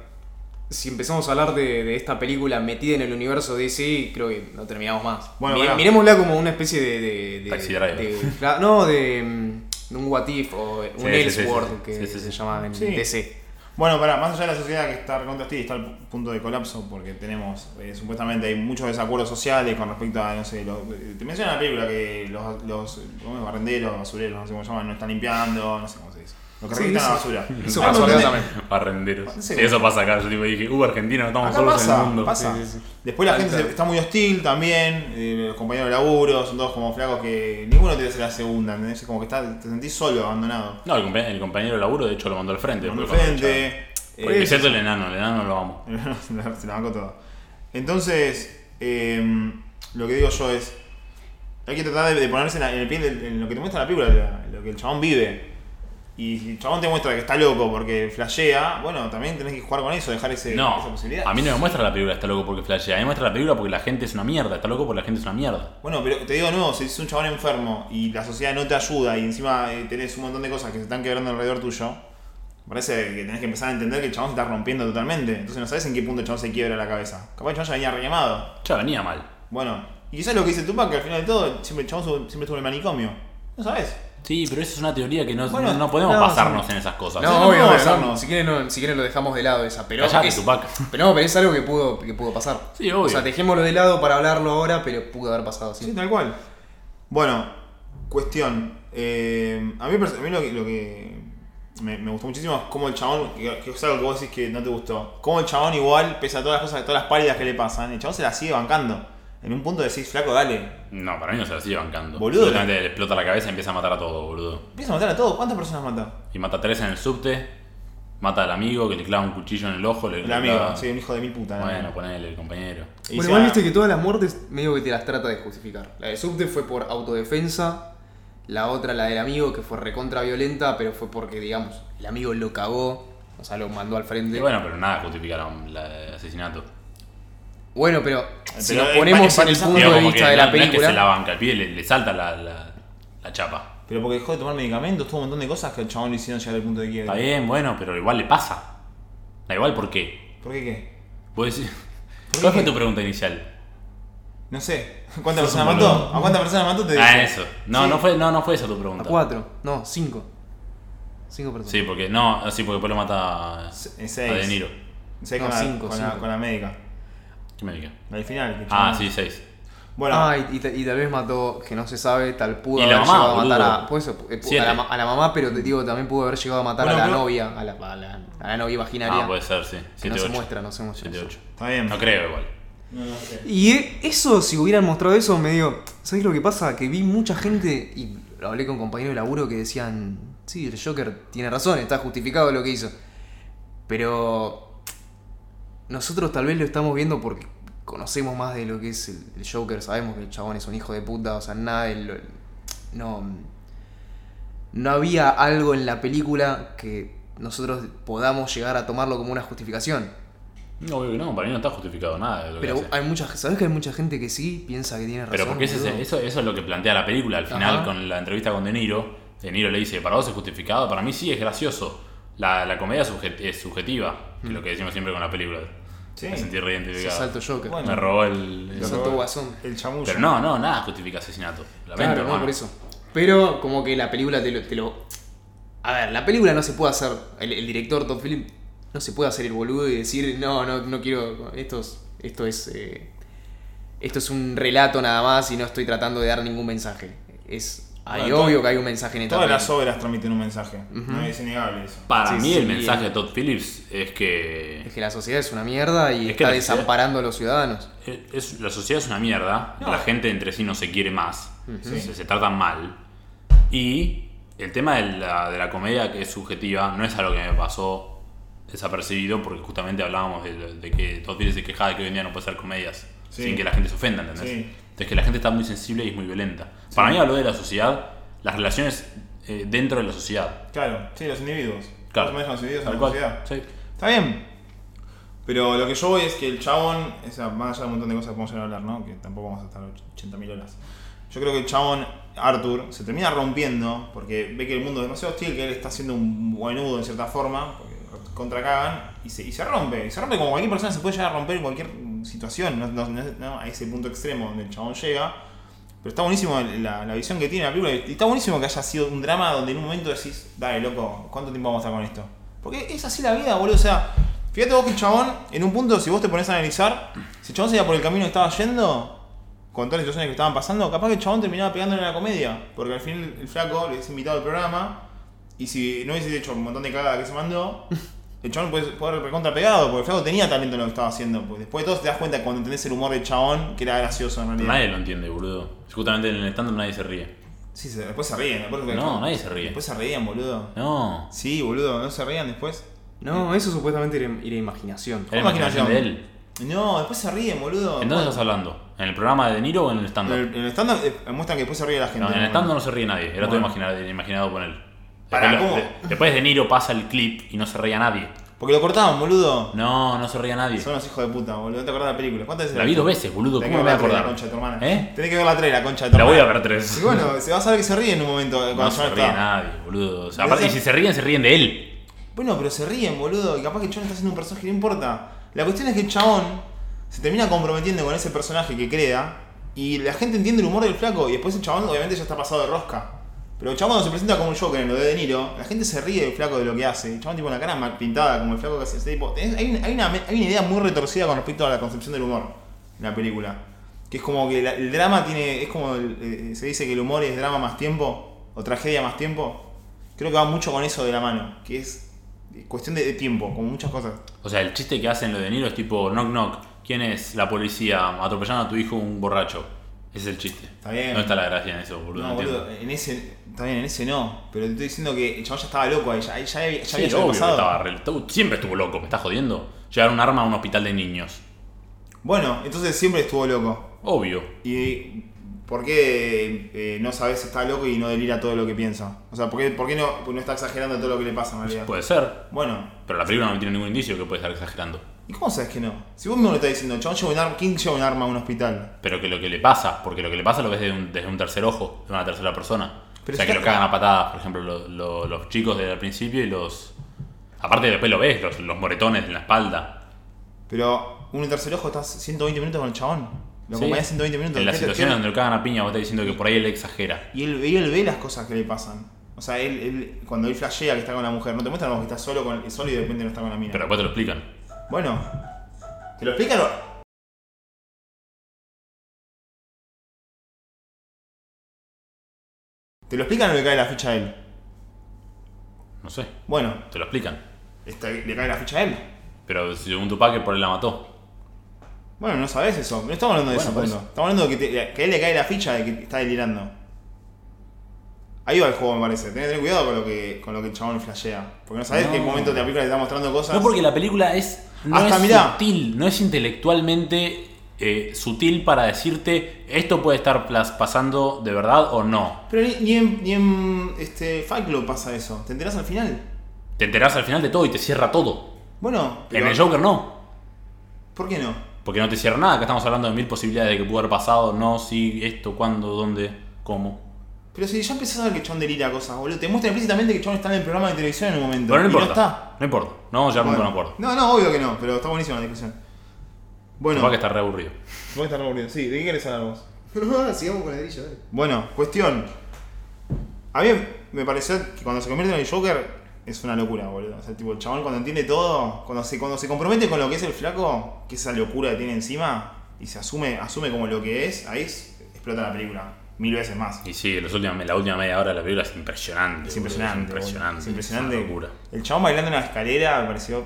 S2: Si empezamos a hablar de, de esta película metida en el universo DC, creo que no terminamos más.
S3: Bueno,
S2: Mi-
S3: pará.
S2: miremosla como una especie de. de, de-
S1: Taxi Driver.
S2: de- cla- no, de, mm, de un What If o un
S1: sí, sí,
S2: Elseworld
S1: sí, sí.
S2: que
S1: Sí, sí,
S2: se
S1: sí.
S2: llama en
S3: Sí.
S2: DC.
S3: Bueno, pará, más allá de la sociedad que está recontra hostil y está al punto de colapso, porque tenemos, eh, supuestamente hay muchos desacuerdos sociales con respecto a, no sé, lo- eh, te menciona la película que los, los eh, ¿cómo es? barrenderos, basureros, no sé cómo se llaman, no están limpiando, no sé cómo se dice. Los que
S2: Sí, Ah,
S3: recolectan
S2: eso-
S3: la basura.
S2: <laughs> Eso
S3: Hay un
S2: pasó acá
S3: montón de-
S2: también.
S1: Barrenderos.
S3: Sí.
S1: Sí, eso pasa acá. Yo tipo, dije, uh, Argentina, no estamos
S3: Acá
S1: solos en
S3: pasa,
S1: el mundo.
S3: pasa.
S2: Sí, sí, sí.
S3: Después la
S2: Ahí
S3: gente
S2: está.
S3: se- está muy hostil también, eh, los compañeros de laburo, son todos como flacos que ninguno te hace la segunda, ¿entendés? Es como que está, te sentís solo, abandonado.
S1: No, el, compa- el compañero de laburo, de hecho, lo mandó al frente.
S3: Con
S1: después cuando
S3: frente,
S1: echaron.
S3: eh,
S1: Porque Excepto
S3: <laughs>
S1: el enano, el enano lo amo.
S3: se la, se la bancó toda. Entonces, eh, lo que digo yo es. Hay que tratar de, de ponerse en, la- en el piel del- en lo que te muestra la película, la- lo que el chabón vive. Y si el chabón te muestra que está loco porque flashea, bueno, también tenés que jugar con eso, dejar ese, esa
S1: No,
S3: posibilidad.
S1: a mí no me muestra la película está loco porque flashea, a mí me muestra la película porque la gente es una mierda, está loco porque la gente es una mierda.
S3: Bueno, pero te digo de nuevo, si es un chabón enfermo y la sociedad no te ayuda y encima eh, tenés un montón de cosas que se están quebrando alrededor tuyo, me parece que tenés que empezar a entender que el chabón se está rompiendo totalmente. Entonces no sabes en qué punto el chabón se quiebra la cabeza. Capaz el chabón ya venía requemado.
S1: Ya venía mal.
S3: Bueno, y quizás lo que dice Tupac, que al final de todo, siempre el chabón su- siempre estuvo en el manicomio. ¿No sabes?
S1: Sí, pero esa es una teoría que no,
S3: Bueno,
S1: no- no podemos
S2: no,
S1: pasarnos en esas cosas.
S2: No,
S3: no
S2: obvio,
S3: podemos
S2: obvio, no,
S3: hacernos.
S2: si, quieren, no- si quieren lo dejamos de lado esa, pero.
S1: Callate,
S2: es,
S1: Tupac.
S2: pero no, pero es algo que pudo, que pudo pasar.
S1: Sí, obvio.
S2: O sea, dejémoslo de lado para hablarlo ahora, pero pudo haber pasado así.
S3: Sí, tal cual. Bueno, cuestión. Eh, a mí, pers- a mí lo que, lo que me, me gustó muchísimo es cómo el chabón, que, que es algo que vos decís que no te gustó, cómo el chabón igual, pese a todas las cosas, todas las pálidas que le pasan, el chabón se la sigue bancando. En un punto decís, flaco, dale.
S1: No, para mí no se la sigue bancando.
S3: Boludo.
S1: Solamente le explota la cabeza y empieza a matar a todo, boludo.
S3: Empieza a matar a todos. ¿Cuántas personas mata?
S1: Y mata a tres en el subte, mata al amigo que le clava un cuchillo en el ojo, le
S3: El
S1: le
S3: amigo,
S1: clava-
S3: sí, un hijo de mil puta. ¿no?
S1: Bueno, ponele el compañero.
S3: Y
S2: bueno,
S3: dice,
S2: igual
S3: ah,
S2: viste que todas las muertes medio que te las trata de justificar. La de Subte fue por autodefensa, la otra, la del amigo, que fue recontra violenta, pero fue porque, digamos, el amigo lo cagó, o sea, lo mandó al frente.
S1: Y bueno, pero nada justifica la- la- el asesinato.
S2: Bueno, pero si
S3: Pero
S2: nos
S3: empa-
S2: ponemos en el
S3: empatizás-
S2: punto
S1: Digo,
S2: de
S1: como
S2: vista
S1: que
S2: de
S1: no-
S2: la
S1: No es que se la
S2: película,
S1: banca, el pibe le, le salta la, la- la chapa.
S3: Pero porque dejó de tomar medicamentos, tuvo un montón de cosas que el chabón le hicieron llegar al punto de quiebra.
S1: Está bien, bueno, pero igual le pasa. Da igual por qué.
S3: ¿Por qué qué?
S1: Vos decís-
S3: ¿Por
S1: ¿Cuál
S3: qué?
S1: fue tu pregunta inicial?
S3: No sé. <laughs> ¿Cuántas
S1: Sos un
S3: personas mató?
S1: boludo.
S3: ¿A cuántas personas mató? Te
S1: Ah,
S3: digo.
S1: eso. No,
S3: Sí.
S1: no, fue, no, no fue esa tu pregunta.
S2: A cuatro, no, cinco. Cinco personas.
S1: Sí, porque no, sí, porque después lo mata a,
S3: Se-
S1: a
S3: seis.
S1: De Niro.
S3: Seis
S2: No,
S3: con, la-
S2: cinco,
S3: con la,
S2: cinco.
S3: con la médica.
S1: ¿Qué me dije?
S3: Al final. que
S1: Ah,
S3: chabón-
S1: sí, 6.
S3: Bueno,
S2: Ah, y, y ta- y tal vez mató, que no se sabe, tal pudo
S1: Y
S2: haber
S1: la mamá,
S2: llegado a matar
S1: boludo.
S2: a. por eso, eh, pu-
S1: Siete.
S2: a, la, ma- a la mamá, pero te digo, también pudo haber llegado a matar
S3: Bueno,
S2: a la
S3: pero-
S2: novia, a la, a la- a la novia vaginaria.
S1: Ah, puede ser, sí.
S2: que no
S1: 7,
S2: se
S1: 8.
S2: muestra, no se muestra.
S1: 7, 8.
S3: está bien.
S1: No creo igual.
S3: No, no sé.
S2: Y eh, eso, si hubieran mostrado eso, me digo, ¿sabés lo que pasa? Que vi mucha gente, y lo hablé con compañeros de laburo que decían, sí, el Joker tiene razón, está justificado lo que hizo. Pero nosotros tal vez lo estamos viendo porque conocemos más de lo que es el, el Joker, sabemos que el chabón es un hijo de puta, o sea, nada, de lo- no... No había algo en la película que nosotros podamos llegar a tomarlo como una justificación.
S1: No, obvio que no, para mí no está justificado nada de lo que
S2: Pero
S1: hace.
S2: hay mucha, ¿sabes que hay mucha gente que sí piensa que tiene razón?
S1: Pero porque ese es-
S2: boludo?
S1: eso, eso es lo que plantea la película. Al final,
S2: Ajá.
S1: con la entrevista con De Niro, De Niro le dice, para vos es justificado, para mí sí es gracioso. La, la comedia subjet- es subjetiva, que es lo que decimos siempre con la película.
S3: Sí.
S1: Me sentí
S2: Se
S1: reidentificado.
S2: salto Joker.
S3: Bueno.
S1: Me robó el... el-
S2: Lo
S3: Pero-
S2: Santo Guasón.
S3: El chamullo.
S1: Pero no, no, nada justifica asesinato. Lamento,
S2: claro, no,
S1: hermano.
S2: por eso. Pero como que la película te lo, te lo- A ver, la película no se puede hacer. El, el director Todd Phillips no se puede hacer el boludo y decir, no, no, no quiero. Esto es. Esto es, eh, esto es un relato nada más y no estoy tratando de dar ningún mensaje. Es. Hay
S3: Bueno,
S2: obvio
S3: todo-
S2: que hay un mensaje en esta
S3: Todas las
S2: película.
S3: obras transmiten un mensaje. No es innegable eso.
S1: Para
S2: Sí,
S1: mí
S2: sí,
S1: el mensaje de
S2: eh.
S1: Todd Phillips es que...
S2: Es que la sociedad es una mierda y
S1: Es que
S2: está
S1: la sociedad-
S2: desamparando a los ciudadanos.
S1: Es- la sociedad es una mierda,
S3: No.
S1: la gente entre sí no se quiere más,
S3: Sí.
S1: se, se tratan mal. Y el tema de la, de la comedia que es subjetiva no es algo que me pasó desapercibido, porque justamente hablábamos de, de que Todd Phillips se quejaba de que hoy en día no puede hacer comedias
S3: Sí.
S1: sin que la gente se ofenda, ¿entendés?
S3: Sí.
S1: Entonces que la gente está muy sensible y es muy violenta. Para mí habló de la sociedad, las relaciones eh, dentro de la sociedad.
S3: Claro, sí, los individuos.
S1: Claro.
S3: ¿Cómo manejan los individuos en
S1: Tal
S3: la
S1: cual.
S3: sociedad?
S1: Sí.
S3: Está bien. Pero lo que yo voy es que el chabón, o sea, más allá de un montón de cosas que podemos llegar a hablar, ¿no? Que tampoco vamos a estar 80.000 horas. Yo creo que el chabón, Arthur, se termina rompiendo porque ve que el mundo es demasiado hostil, que él está siendo un buenudo en cierta forma, porque contra cagan, y se, y se rompe. Y se rompe como cualquier persona se puede llegar a romper en cualquier situación, no, no- no- no a ese punto extremo donde el chabón llega. Pero está buenísimo la, la visión que tiene la película. Y está buenísimo que haya sido un drama donde en un momento decís, dale, loco, ¿cuánto tiempo vamos a estar con esto? Porque es así la vida, boludo. O sea, fíjate vos que el chabón, en un punto, si vos te pones a analizar, si el chabón se iba por el camino que estaba yendo, con todas las situaciones que estaban pasando, capaz que el chabón terminaba pegándole en la comedia. Porque al fin el flaco le es invitado al programa. Y si no hubiese hecho un montón de cagadas que se mandó, el chabón puede, puede haber recontra pegado. Porque el flaco tenía talento en lo que estaba haciendo. Porque después de todo te das cuenta cuando entendés el humor del chabón que era gracioso en realidad.
S1: Nadie lo entiende, boludo. Justamente en el stand nadie se ríe.
S3: Sí, se- después se ríen. Después
S1: No, nadie se ríe.
S3: Después se rían, boludo.
S1: No.
S3: Sí, boludo, no se rían después.
S2: No, eso supuestamente era, era imaginación.
S1: Era imaginación de él.
S3: No, después se ríen, boludo.
S1: ¿En dónde estás hablando? ¿En el programa de De Niro o en el
S3: En
S1: stand-up?
S3: el, en el stand-up eh, muestran que después se ríe la gente.
S1: No, en el
S3: ¿no?
S1: stand-up no se ríe nadie. Era todo
S3: Bueno.
S1: imaginado, imaginado por él. Después
S3: Pará,
S1: lo-
S3: ¿cómo?
S1: de- después De Niro pasa el clip y no se ría nadie.
S3: Porque lo cortaban, boludo.
S1: No, no se ría nadie.
S3: Son los hijos de puta, boludo. No te acordás de la película. ¿Cuántas veces
S1: La vi dos veces, boludo.
S3: Tenés
S1: ¿Cómo me voy
S3: que
S1: a
S3: ver la tres, la
S1: acordar?
S3: concha de tu hermana.
S1: ¿Eh?
S3: Tenés que ver la 3, la concha de tu
S1: La voy
S3: hermana.
S1: a ver
S3: Y
S1: tres.
S3: bueno, se va a saber que se ríen en un momento. eh, Cuando
S1: No
S3: ya
S1: se
S3: no
S1: ríe
S3: está.
S1: nadie, boludo. O sea,
S3: ¿De
S1: aparte, y
S3: esa?
S1: si se ríen, se ríen de él.
S3: Bueno, pero se ríen, boludo. Y capaz que el chabón está haciendo un personaje, no importa. La cuestión es que el chabón se termina comprometiendo con ese personaje que crea. Y la gente entiende el humor del flaco. Y después el chabón, obviamente, ya está pasado de rosca. Pero el chabón cuando se presenta como un Joker en lo de De Niro, la gente se ríe del flaco de lo que hace. El chabón, tipo, la cara mal pintada, como el flaco que hace. ese tipo. Es- Hay, una- hay una, hay una idea muy retorcida con respecto a la concepción del humor en la película. Que es como que la- el drama tiene. Es como. el- eh, se dice que el humor es drama más tiempo. O tragedia más tiempo. Creo que va mucho con eso de la mano. Que es cuestión de, de tiempo, como muchas cosas.
S1: O sea, el chiste que hacen lo de Niro es tipo, knock knock. ¿Quién es la policía atropellando a tu hijo un borracho? Ese es el chiste.
S3: Está bien.
S1: No está la gracia en eso, boludo.
S3: No,
S1: no entiendo.
S3: boludo, eh, en ese. Está bien, en ese no. Pero te estoy diciendo que el chabón ya estaba loco ahí. Ya, ya, ya había- ya
S1: Sí,
S3: había
S1: obvio que
S3: pasado.
S1: estaba re- tú- siempre estuvo loco, me estás jodiendo. Llevar un arma a un hospital de niños.
S3: Bueno, entonces siempre estuvo loco.
S1: Obvio.
S3: ¿Y por qué eh, no sabes si está loco y no delira todo lo que piensa? O sea, ¿por qué, por qué no, no está exagerando todo lo que le pasa en realidad?
S1: Puede ser.
S3: Bueno,
S1: Pero la película no tiene ningún indicio que puede estar exagerando.
S3: ¿y cómo sabes que no? Si vos mismo lo estás diciendo, chabón lleva un arma, ¿quién lleva un arma a un hospital?
S1: Pero que lo que le pasa, porque lo que le pasa lo ves desde un, desde un tercer ojo, de una tercera persona. o
S3: Pero
S1: sea,
S3: está-
S1: que lo cagan a patadas, por ejemplo, lo- lo- los chicos desde el principio y los... Aparte después lo ves, los, los moretones en la espalda.
S3: Pero un tercer ojo estás 120 minutos con el chabón. Lo
S1: Sí.
S3: acompañás 120 minutos.
S1: En la
S3: ¿qué te-
S1: situación
S3: qué-
S1: donde lo cagan a piña, vos estás diciendo que por ahí él exagera.
S3: Y él, y él ve las cosas que le pasan. O sea, él, él- cuando él flashea que está con la mujer, no te muestran vos que está solo, con, solo y de repente no está con la mina.
S1: Pero después te lo explican.
S3: Bueno, ¿te lo explican o- ¿Te lo explican o le cae la ficha a él?
S1: No sé,
S3: Bueno,
S1: te lo explican.
S3: esta- le cae la ficha a él.
S1: Pero según Tupac, que por él la mató.
S3: Bueno, no sabes eso. No estamos hablando de
S1: Bueno,
S3: eso,
S1: por
S3: punto. Estamos hablando de que, te- que a él le cae la ficha de que está delirando. Ahí va el juego, me parece. Tenés que tener cuidado con lo que, con lo que el chabón flashea. Porque no sabés
S1: No.
S3: qué momento de la película le está mostrando cosas.
S1: No, porque la película es. No
S3: Hasta
S1: es
S3: mirá.
S1: sutil, no es intelectualmente eh, sutil para decirte esto puede estar plas- pasando de verdad o no.
S3: Pero ni, ni en, ni en este, Fight Club pasa eso. ¿Te enterás al final?
S1: Te enterás al final de todo y te cierra todo.
S3: Bueno, pero-
S1: En el Joker no.
S3: ¿por qué no?
S1: Porque no te cierra nada, acá estamos hablando de mil posibilidades de que pudo haber pasado, no, sí, esto, cuándo, dónde, cómo.
S3: Pero si ya empezás a ver que el Chabón delira cosas, boludo. Te muestran implícitamente que el Chabón está en el programa de televisión en un momento.
S1: Pero no
S3: y
S1: importa.
S3: no
S1: No,
S3: está.
S1: importa. No vamos a llegar nunca a un acuerdo.
S3: No, no, obvio que no, pero está buenísima la discusión. Bueno,
S1: Capaz que está re aburrido.
S3: vos estás aburrido. Sí, ¿de qué querés hablar vos?
S2: No, sigamos con el brillo, dale.
S3: Bueno, cuestión. A mí me pareció que cuando se convierte en el Joker es una locura, boludo. O sea, tipo, el chabón cuando entiende todo, cuando se, cuando se compromete con lo que es el flaco, que esa locura que tiene encima, y se asume, asume como lo que es, ahí es- explota la película. Mil veces más.
S1: Y sí, los últimos- la última media hora de la película es impresionante.
S3: Es impresionante.
S1: boludo, Es impresionante.
S3: boludo. Es impresionante.
S1: Es una locura.
S3: El chabón bailando en la escalera me pareció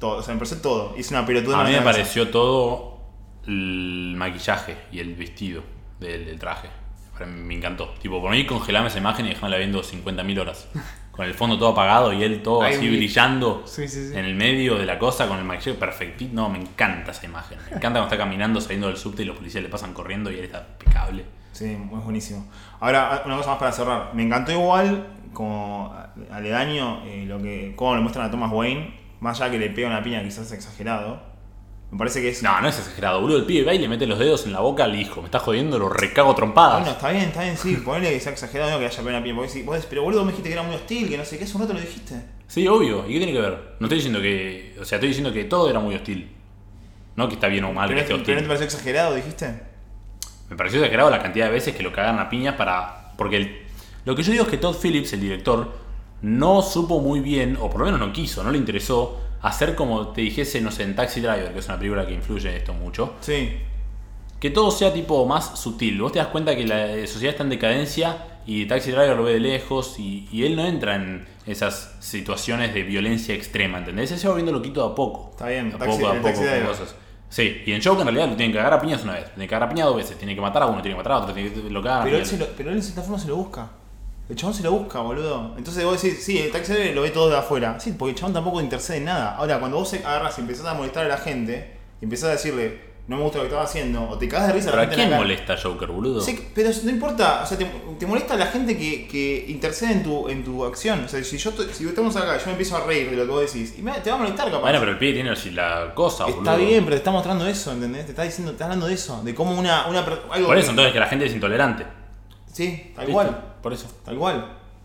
S3: todo. O sea, me pareció todo. Hizo una
S1: A
S3: pelotuda.
S1: mí me
S3: maravillosa.
S1: pareció todo el maquillaje y el vestido del, del traje. Para mí Me encantó. Tipo, por mí congelame esa imagen y dejámosla viendo 50.000 horas. Con el fondo todo apagado y él todo
S2: Ay,
S1: así
S2: mi-
S1: brillando
S2: Sí, sí, sí.
S1: en el medio de la cosa con el maquillaje perfectito. No, me encanta esa imagen. Me encanta cuando está caminando saliendo del subte y los policías le pasan corriendo y él está impecable.
S3: Sí, es buenísimo. Ahora, una cosa más para cerrar. Me encantó igual, como aledaño, eh, lo que, cómo le muestran a Thomas Wayne. Más allá que le pega una piña quizás exagerado. Me parece que es...
S1: No, no es exagerado, boludo. El pibe va y le mete los dedos en la boca al hijo. Me está jodiendo, lo recago trompadas.
S3: Bueno, está bien, está bien, sí. Ponele que sea exagerado, no que le haya pegado una piña. Porque si vos decís, pero boludo, me dijiste que era muy hostil, que no sé qué, hace un rato lo dijiste.
S1: Sí, obvio. ¿Y qué tiene que ver? No estoy diciendo que. O sea, estoy diciendo que todo era muy hostil. No que está bien o mal
S3: Pero,
S1: que esté
S3: no- pero no te
S1: hostil.
S3: pareció exagerado, dijiste.
S1: Me pareció exagerado la cantidad de veces que lo cagan a piñas para. Porque el- lo que yo digo es que Todd Phillips, el director, no supo muy bien, o por lo menos no quiso, no le interesó, hacer como te dijese, no sé, en Taxi Driver, que es una película que influye en esto mucho.
S3: Sí.
S1: Que todo sea tipo más sutil. Vos te das cuenta que la eh, sociedad está en decadencia y Taxi Driver lo ve de lejos y, y él no entra en esas situaciones de violencia extrema, ¿entendés? Él se va viendo loquito de a poco.
S3: Está bien,
S1: de a
S3: Taxi-
S1: poco, de
S3: el
S1: a
S3: Taxi
S1: poco, con
S3: Driver.
S1: cosas. Sí, y en Joker en realidad lo tienen que cagar a piñas una vez, lo tienen que cagar a piñas dos veces, tienen que matar a uno, tienen que matar a otro, tienen que lo cagan a
S3: Pero él,
S1: piñas.
S3: se lo- pero él en cierta forma se lo busca. El chabón se lo busca, boludo. Entonces vos decís, sí, el taxi driver lo ve todo de afuera. Sí, porque el chabón tampoco intercede en nada. Ahora, cuando vos agarras y empezás a molestar a la gente, y empezás a decirle, no me gusta lo que estás haciendo, o te cagás de risa a
S1: ¿Pero
S3: la
S1: a
S3: gente. en
S1: quién
S3: la cara.
S1: molesta Joker, boludo?
S3: Sí, pero no importa, o sea, te, te molesta la gente que, que intercede en tu, en tu acción. O sea, si yo to- si estamos acá, yo me empiezo a reír de lo que vos decís, y me- te va a molestar capaz.
S1: Bueno, pero el pibe tiene la cosa, boludo.
S3: Está bien, pero te está mostrando eso, ¿entendés? Te está diciendo, te está hablando de eso, de cómo una, una per- algo
S1: Por
S3: que-
S1: eso entonces que la gente es intolerante.
S3: Sí, tal
S1: ¿Viste?
S3: cual.
S1: Ah, Por eso.
S3: Tal cual.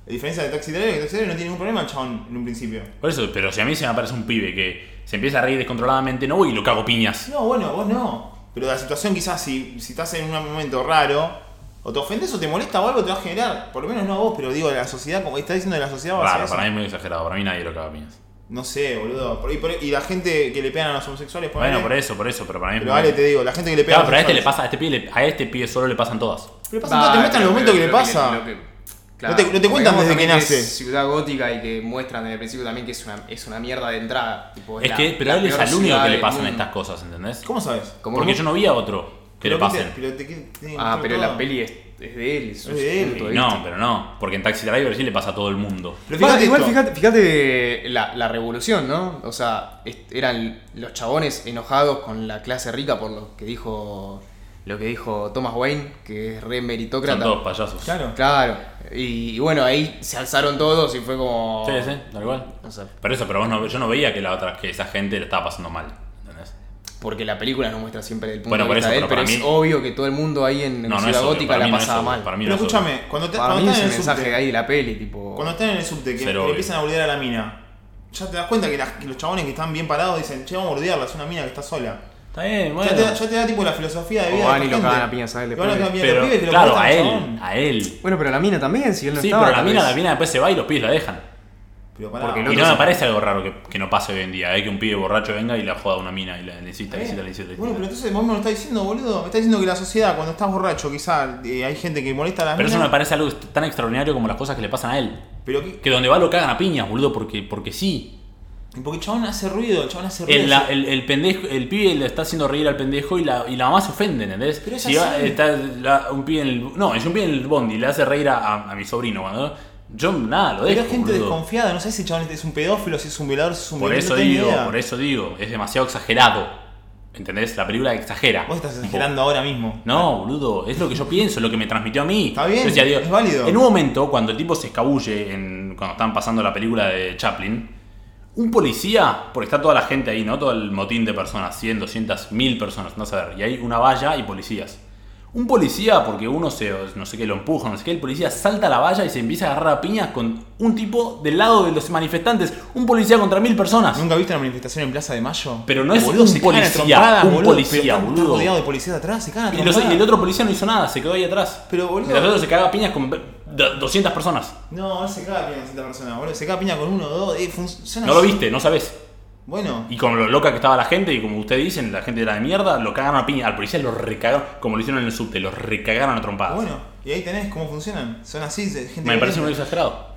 S3: La diferencia de Taxi Driver, que Taxi Driver no tiene ningún problema el chabón en un principio.
S1: Por eso, pero si a mí se me aparece un pibe que se empieza a reír descontroladamente, no voy y lo cago piñas.
S3: No, bueno, vos no. Pero la situación quizás si, si estás en un momento raro, o te ofendes o te molesta o algo te va a generar. Por lo menos no a vos, pero digo, la sociedad, como está diciendo de la sociedad, va a
S1: Raro,
S3: hacer
S1: para mí
S3: eso.
S1: es muy exagerado, para mí nadie lo caga piñas.
S3: No sé, boludo. Por ahí- por ahí- y la gente que le pegan a los homosexuales, ponele.
S1: Bueno, por eso, por eso, pero para mí es
S3: Pero
S1: muy-
S3: vale, te digo, la gente que le pega
S1: Claro, pero a este le
S3: homosexuales.
S1: pasa, a este pibe, le- a este pibe solo le pasan todas.
S3: Pero pasa, todo, te muestran el momento que le pasa. No te- no te cuentan desde que nace.
S2: Es ciudad gótica y que muestran desde el principio también que es una, es una mierda de entrada. tipo,
S1: Es
S2: Pues la-
S1: que, pero
S2: la
S1: a él es
S2: peor
S1: al único
S2: ciudad
S1: que le
S2: del
S1: pasan
S2: mundo.
S1: estas cosas, ¿entendés?
S3: ¿Cómo sabes?
S2: ¿Cómo
S1: Porque
S2: no?
S1: yo no vi a otro que le
S3: Pero te-
S1: pasen.
S3: pero te- te- te-
S2: Ah, pero
S3: todo.
S2: la peli es, es de él. Es,
S3: Es de él.
S2: punto
S1: Y No, pero no, porque en Taxi Driver sí le pasa a todo el mundo.
S3: Pero
S2: Bueno,
S3: fíjate
S2: igual
S3: esto.
S2: fíjate, fíjate la, la revolución, ¿no? O sea, es- eran los chabones enojados con la clase rica por lo que dijo lo que dijo Thomas Wayne, que es re
S1: Son
S2: meritócrata.
S1: todos payasos.
S3: Claro.
S2: Claro. Y, y bueno, ahí se alzaron todos y fue como.
S1: Sí, sí, tal cual.
S2: No sé.
S1: Pero eso, pero vos no, yo no veía que la otra, que esa gente le estaba pasando mal, ¿entendés?
S2: Porque la película no muestra siempre el punto
S1: Bueno,
S2: de
S1: por
S2: vista
S1: eso,
S2: de él, pero,
S1: pero para
S2: es
S1: mí-
S2: obvio que todo el mundo ahí en
S1: No, no
S2: Ciudad
S1: es obvio,
S2: Gótica
S1: para
S2: la
S1: mí no es
S2: pasaba
S1: obvio,
S2: mal.
S1: Para mí
S3: Pero
S1: no es obvio.
S3: escúchame, cuando, te,
S2: Para
S3: cuando
S2: mí es
S3: estás
S2: el
S3: en el
S2: mensaje
S3: subte-
S2: ahí de la peli, tipo.
S3: Cuando están en el subte, que
S1: Cero
S3: le
S1: obvio.
S3: empiezan a boludear a la mina, ya te das cuenta que, las- que los chabones que están bien parados dicen, che, vamos a boludearla, es una mina que está sola.
S1: Está bien,
S3: Ya, te, da-
S1: bueno.
S3: ya te da tipo la filosofía de
S2: O
S3: vida.
S2: van
S3: de
S2: y lo
S3: la gente.
S2: cagan a piñas a él
S3: Lo van a
S2: después.
S3: cagar a piñas
S1: Pero,
S3: después y te lo
S1: claro,
S3: cortan,
S1: a él,
S2: Ah,
S3: chabón.
S1: a él.
S2: Bueno, pero la mina también, si él no
S1: Sí,
S2: estaba.
S1: pero la
S2: tal
S1: mina,
S2: vez.
S1: la mina después se va y los pibes la dejan.
S3: Pero pará,
S2: Porque El
S1: Y
S2: otro
S1: no me
S2: sí.
S1: parece algo raro que, que no pase hoy en día, eh, que un pibe borracho venga y la joda a una mina y la le incita, le incita, le incita, le
S3: Bueno, pero
S1: incita.
S3: entonces vos me lo estás diciendo, boludo. Me estás diciendo que la sociedad, cuando estás borracho, quizá eh, hay gente que molesta a las
S1: Pero eso no me
S3: minas.
S1: parece algo tan extraordinario como las cosas que le pasan a él.
S3: Pero que,
S1: Que donde va lo cagan a piñas, boludo, porque, porque sí.
S3: porque el chabón hace ruido, el chabón hace ruido.
S1: El, la- el, el pendejo, el pibe le está haciendo reír al pendejo y la, y la mamá se ofende, ¿entendés?
S3: Pero es
S1: Si va-
S3: así.
S1: está la- un pibe en el, no, es un pibe en el bondi, le hace reír a, a- a mi sobrino, cuando yo nada, lo
S3: Pero
S1: dejo.
S3: hay gente
S1: boludo.
S3: desconfiada, no sé si el chabón es un pedófilo, si es un violador, si es un
S1: Por
S3: violento,
S1: eso
S3: no tengo
S1: digo,
S3: idea.
S1: por eso digo, es demasiado exagerado. ¿Entendés? La película exagera.
S3: Vos estás
S1: Un poco.
S3: exagerando ahora mismo.
S1: No, boludo, es lo que yo pienso, lo que me transmitió a mí.
S3: Está bien,
S1: Yo digo,
S3: es válido.
S1: En un momento, cuando el tipo se escabulle, en- cuando estaban pasando la película de Chaplin, un policía, porque está toda la gente ahí, ¿no? Todo el motín de personas, 100, 200, 1000 personas, no sé, y hay una valla y policías. Un policía, porque uno se, no sé qué, lo empuja, no sé qué, el policía salta a la valla y se empieza a agarrar a piñas con un tipo del lado de los manifestantes. Un policía contra mil personas.
S3: ¿Nunca viste una manifestación en Plaza de Mayo? Eh,
S1: Pero no es
S3: Boludo,
S1: un
S3: se cagan a
S1: policía,
S3: trompadas,
S1: un
S3: boludo,
S1: policía,
S3: pero están- están
S1: boludo.
S3: rodeados de policías atrás, se cagan a
S1: Y, los-
S3: trompadas.
S1: y el otro policía no hizo nada, se quedó ahí atrás.
S3: Pero, boludo.
S1: Mientras el otro se caga a piñas con ve- do- 200 personas.
S3: No, él se caga piña con cierta persona, boludo. Se caga piña con uno o dos. eh, fun- suena
S1: No lo
S3: así.
S1: viste, no sabes.
S3: Bueno,
S1: Y con lo loca que estaba la gente, y como ustedes dicen, la gente era de mierda, lo cagaron a piña. Al policía lo recagaron, como lo hicieron en el subte, lo recagaron a trompadas.
S3: bueno. Y ahí tenés cómo funcionan. Son así, de gente.
S1: Me parece
S3: violenta.
S1: muy exagerado.